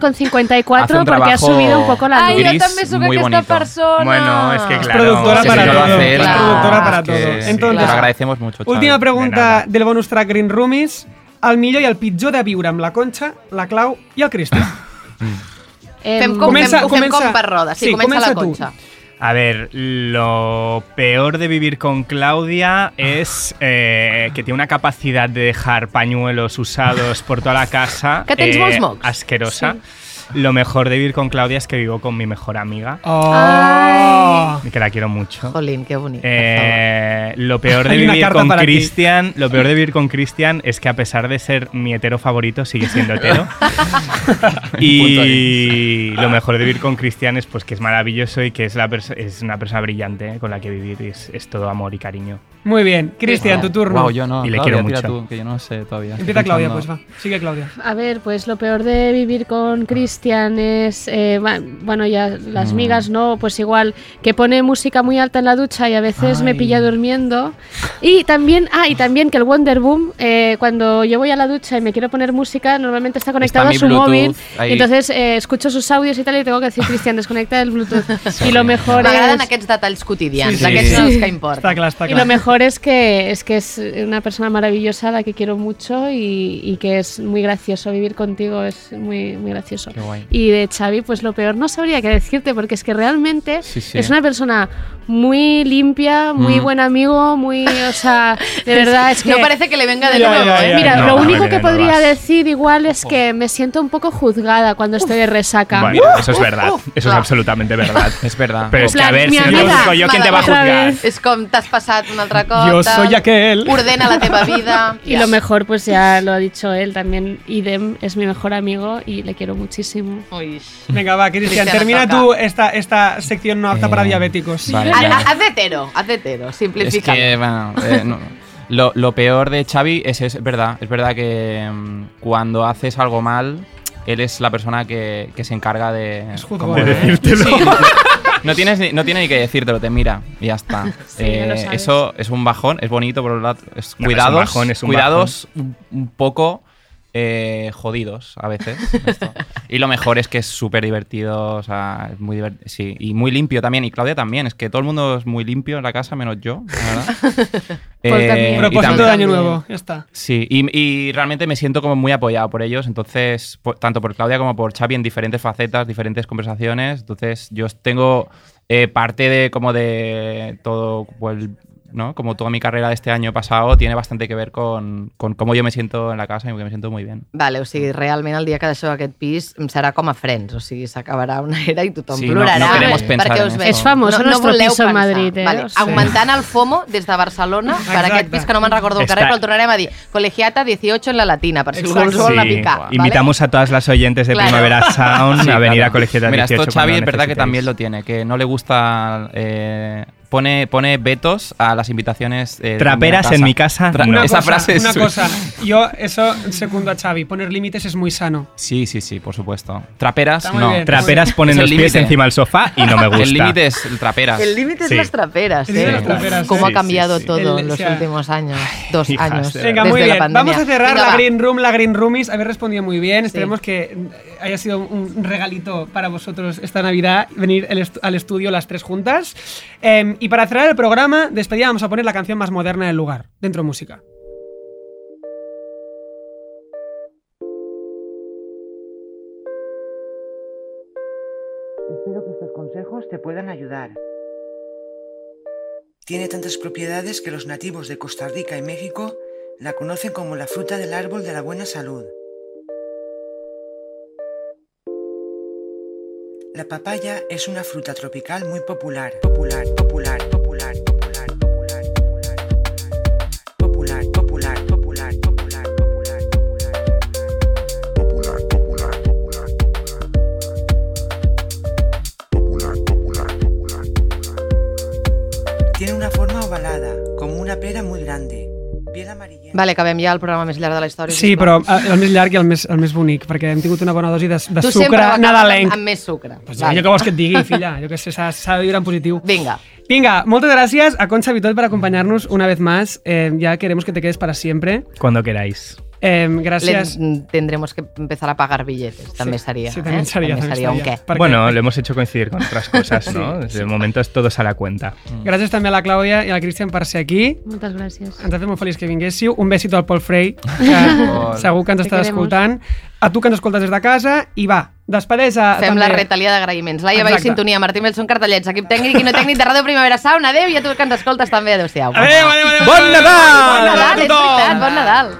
Hace un 21,54 porque ha trabajo subido un poco la Ay, luz. yo gris, también supe muy que esta bonito. persona. Bueno, es que claro. productora sí, para sí, lo todo. hace él, pues, Claro. productora para es que todo. sí, Entonces, te lo agradecemos mucho. Xavi. Última De pregunta nada. del bonus track Green Roomies. El millor i el pitjor de viure amb la Concha, la Clau i el Cristian. Em, Fem com, Comença- fem, ho fem comença- com per roda. Sí, sí, comença, comença la tu. Concha. A ver, lo peor de vivir con Claudia es eh, que tiene una capacidad de dejar pañuelos usados por toda la casa. eh, Que tens molts mocs. Asquerosa. Lo mejor de vivir con Claudia es que vivo con mi mejor amiga, Oh! que la quiero mucho. Jolín, qué bonito. Eh, lo peor de Hay una vivir carta con para ti. Cristian, lo peor de vivir con Cristian es que a pesar de ser mi hetero favorito sigue siendo hetero. Punto y lo mejor de vivir con Cristian es pues que es maravilloso y que es la perso- es una persona brillante eh, con la que vivir y es, es todo amor y cariño. Muy bien. Cristian, tu turno. Guau, yo no. Y le Claudia, quiero tira mucho. tú, que yo no sé todavía. Estoy Empieza Claudia, pues pensando. va. Sigue Claudia. A ver, pues lo peor de vivir con Cristian es, eh, va- bueno, ya Mm. las migas, ¿no? Pues igual, que pone música muy alta en la ducha y a veces me Ay. pilla durmiendo. Y también, ah, y también que el Wonder Boom, eh, cuando yo voy a la ducha y me quiero poner música, normalmente está conectado mi a su Bluetooth móvil. ahí. Y entonces eh, escucho sus audios y tal y tengo que decir, Cristian, desconecta el Bluetooth. y lo mejor M'agraden es... aquests detalls quotidians, Sí, sí, sí. aquests són els que Està importen. clar, està Y clar. lo mejor es que es que es una persona maravillosa, a la que quiero mucho y, y que es muy gracioso vivir contigo, es muy, muy gracioso. Qué guay. Y de Xavi, pues lo peor no sabría qué decirte, porque es que realmente Sí, sí. es una persona muy limpia, muy Mm. buen amigo, muy, o sea, de verdad es que... No parece que le venga de Ya, nuevo, ya, eh? ya. Mira, No, lo no único viene que de podría nuevas. decir igual es que me siento un poco juzgada cuando estoy de resaca. Bueno, eso ¡Uh! es verdad, eso es Ah. absolutamente verdad. Es verdad. pues Pero es que plan, a ver, mi si no te amiga, busco yo, ¿quién te va a otra juzgar? vez. És com t'has passat un altre cop. Jo tal. soy aquel. Ordena la teva vida. Y lo mejor, pues ya lo ha dicho él también, Idem es mi mejor amigo y le quiero muchísimo. Ui. Venga, va, Cristian, Cristian, termina toca. tú esta, esta sección no apta para Eh, diabéticos. vale, Haz, ya. haz de hetero, haz de hetero, Es simplifica. que, bueno, eh, no. lo, lo peor de Xavi es, es verdad, es verdad que mm, cuando haces algo mal, él es la persona que, que se encarga de, Es juzgón, como ¿eh? Sí, no, no tienes ni, no tiene ni que decírtelo, te mira y ya está. Eh, Sí, ya lo sabes. eso es un bajón, es bonito por un lado, es No, cuidados, es un bajón, es un cuidados un- un poco eh, jodidos a veces. esto. Y lo mejor es que es súper divertido, o sea, es muy divertido, sí, y muy limpio también, y Claudia también, es que todo el mundo es muy limpio en la casa, menos yo, la verdad. Eh, Paul también. y Propósito de también- año nuevo, ya está. Sí, y, y realmente me siento como muy apoyado por ellos, entonces, po- tanto por Claudia como por Xavi en diferentes facetas, diferentes conversaciones, entonces yo tengo eh, parte de como de todo, pues, ¿no? Como toda mi carrera de este año pasado tiene bastante que ver con, con cómo yo me siento en la casa y que me siento muy bien. Vale, o sigui, realment el dia que deixeu aquest pis em serà com a Friends, o sigui, s'acabarà una era i tothom Sí, no- plorarà. no queremos pensar perquè en us eso. veig. Es famoso nuestro voleu piso pensar. en Madrid, eh, Vale, o sea. Augmentant el FOMO des de Barcelona per Exacte. aquest pis que no me'n recordo el Està- carrer, però el tornarem a dir. Col·legiata 18 en la Latina, per si algú Exacte. us vol anar a Sí, picar. Vale? Invitamos a todas las oyentes de Claro. Primavera Sound Sí, a venir claro. a Colegiata Mira, 18 esto Xavi cuando es verdad que necesitéis. también lo tiene, que no le gusta... eh, Pone, pone vetos a las invitaciones. eh, de Traperas en mi casa, no. Una esa cosa, frase es una su- cosa. Yo eso secundo a Xavi. Poner límites es muy sano. Sí, sí, sí, por supuesto. Traperas, Está muy no. bien. Traperas ponen Es los el pies límite. encima del sofá y no me gusta. El límite es el traperas. El límite es Sí. las traperas, El límite ¿eh? de las traperas, Cómo sí. ha cambiado Sí, sí, sí. todo El- en los o sea, últimos años, dos hijas años. de- Venga, desde muy la bien. pandemia. Vamos a cerrar Venga, la va. Green Room, la Green Roomies. Habéis respondido muy bien. Esperemos que mm, haya sido un regalito para vosotros esta Navidad venir el estu- al estudio las tres juntas. Em, y para cerrar el programa, despedida, vamos a poner la canción más moderna del lugar, dentro música. Espero que estos consejos te puedan ayudar. Tiene tantas propiedades que los nativos de Costa Rica y México la conocen como la fruta del árbol de la buena salud. La papaya es una fruta tropical muy popular. Popular, popular, popular, popular, popular, popular, popular, popular, popular, popular, popular, popular. Tiene una forma ovalada, como una pera muy grande. Piel amarillenta. Vale, acabem ja el programa més llarg de la història. Sí, però sisplau. eh, el més llarg i el més, el més bonic, perquè hem tingut una bona dosi de, de tu sempre sucre ho acabes nadalenc. Amb, amb més sucre. Pues Vale. jo què vols que et digui, filla? Jo que sé, s'ha s'ha de viure en positiu. Vinga. Vinga, muchas gracias a Concha Vitol por acompañarnos una vez más. Eh, ya queremos que te quedes para siempre. Cuando queráis. Eh, Le- gracias. mm, tendremos que empezar a pagar billetes, también Sí, sería. sí, también sería, también un sería. qué. Perquè- Bueno, lo hemos hecho coincidir con otras cosas, ¿no? De momento es todos a la cuenta. Gracias también a la Claudia y a la Cristian por ser aquí. Muchas gracias. Ens ha fet molt feliç que vinguéssiu. Un besito al Paul Frey, que segur que ens Te estàs queremos. escoltant. A tu que ens escoltes des de casa. I va, despedeix a... Fem Ah, també. la retalia d'agraïments. Laia Vall, Exacte. sintonia, Martí Melson, cartellets, equip tècnic i no tècnic de Ràdio Primavera Sound. Adéu i a tu que ens escoltes també. Adéu-siau. Adéu, adéu, adéu. Bon Nadal! Bon Nadal, és veritat, bon Nadal.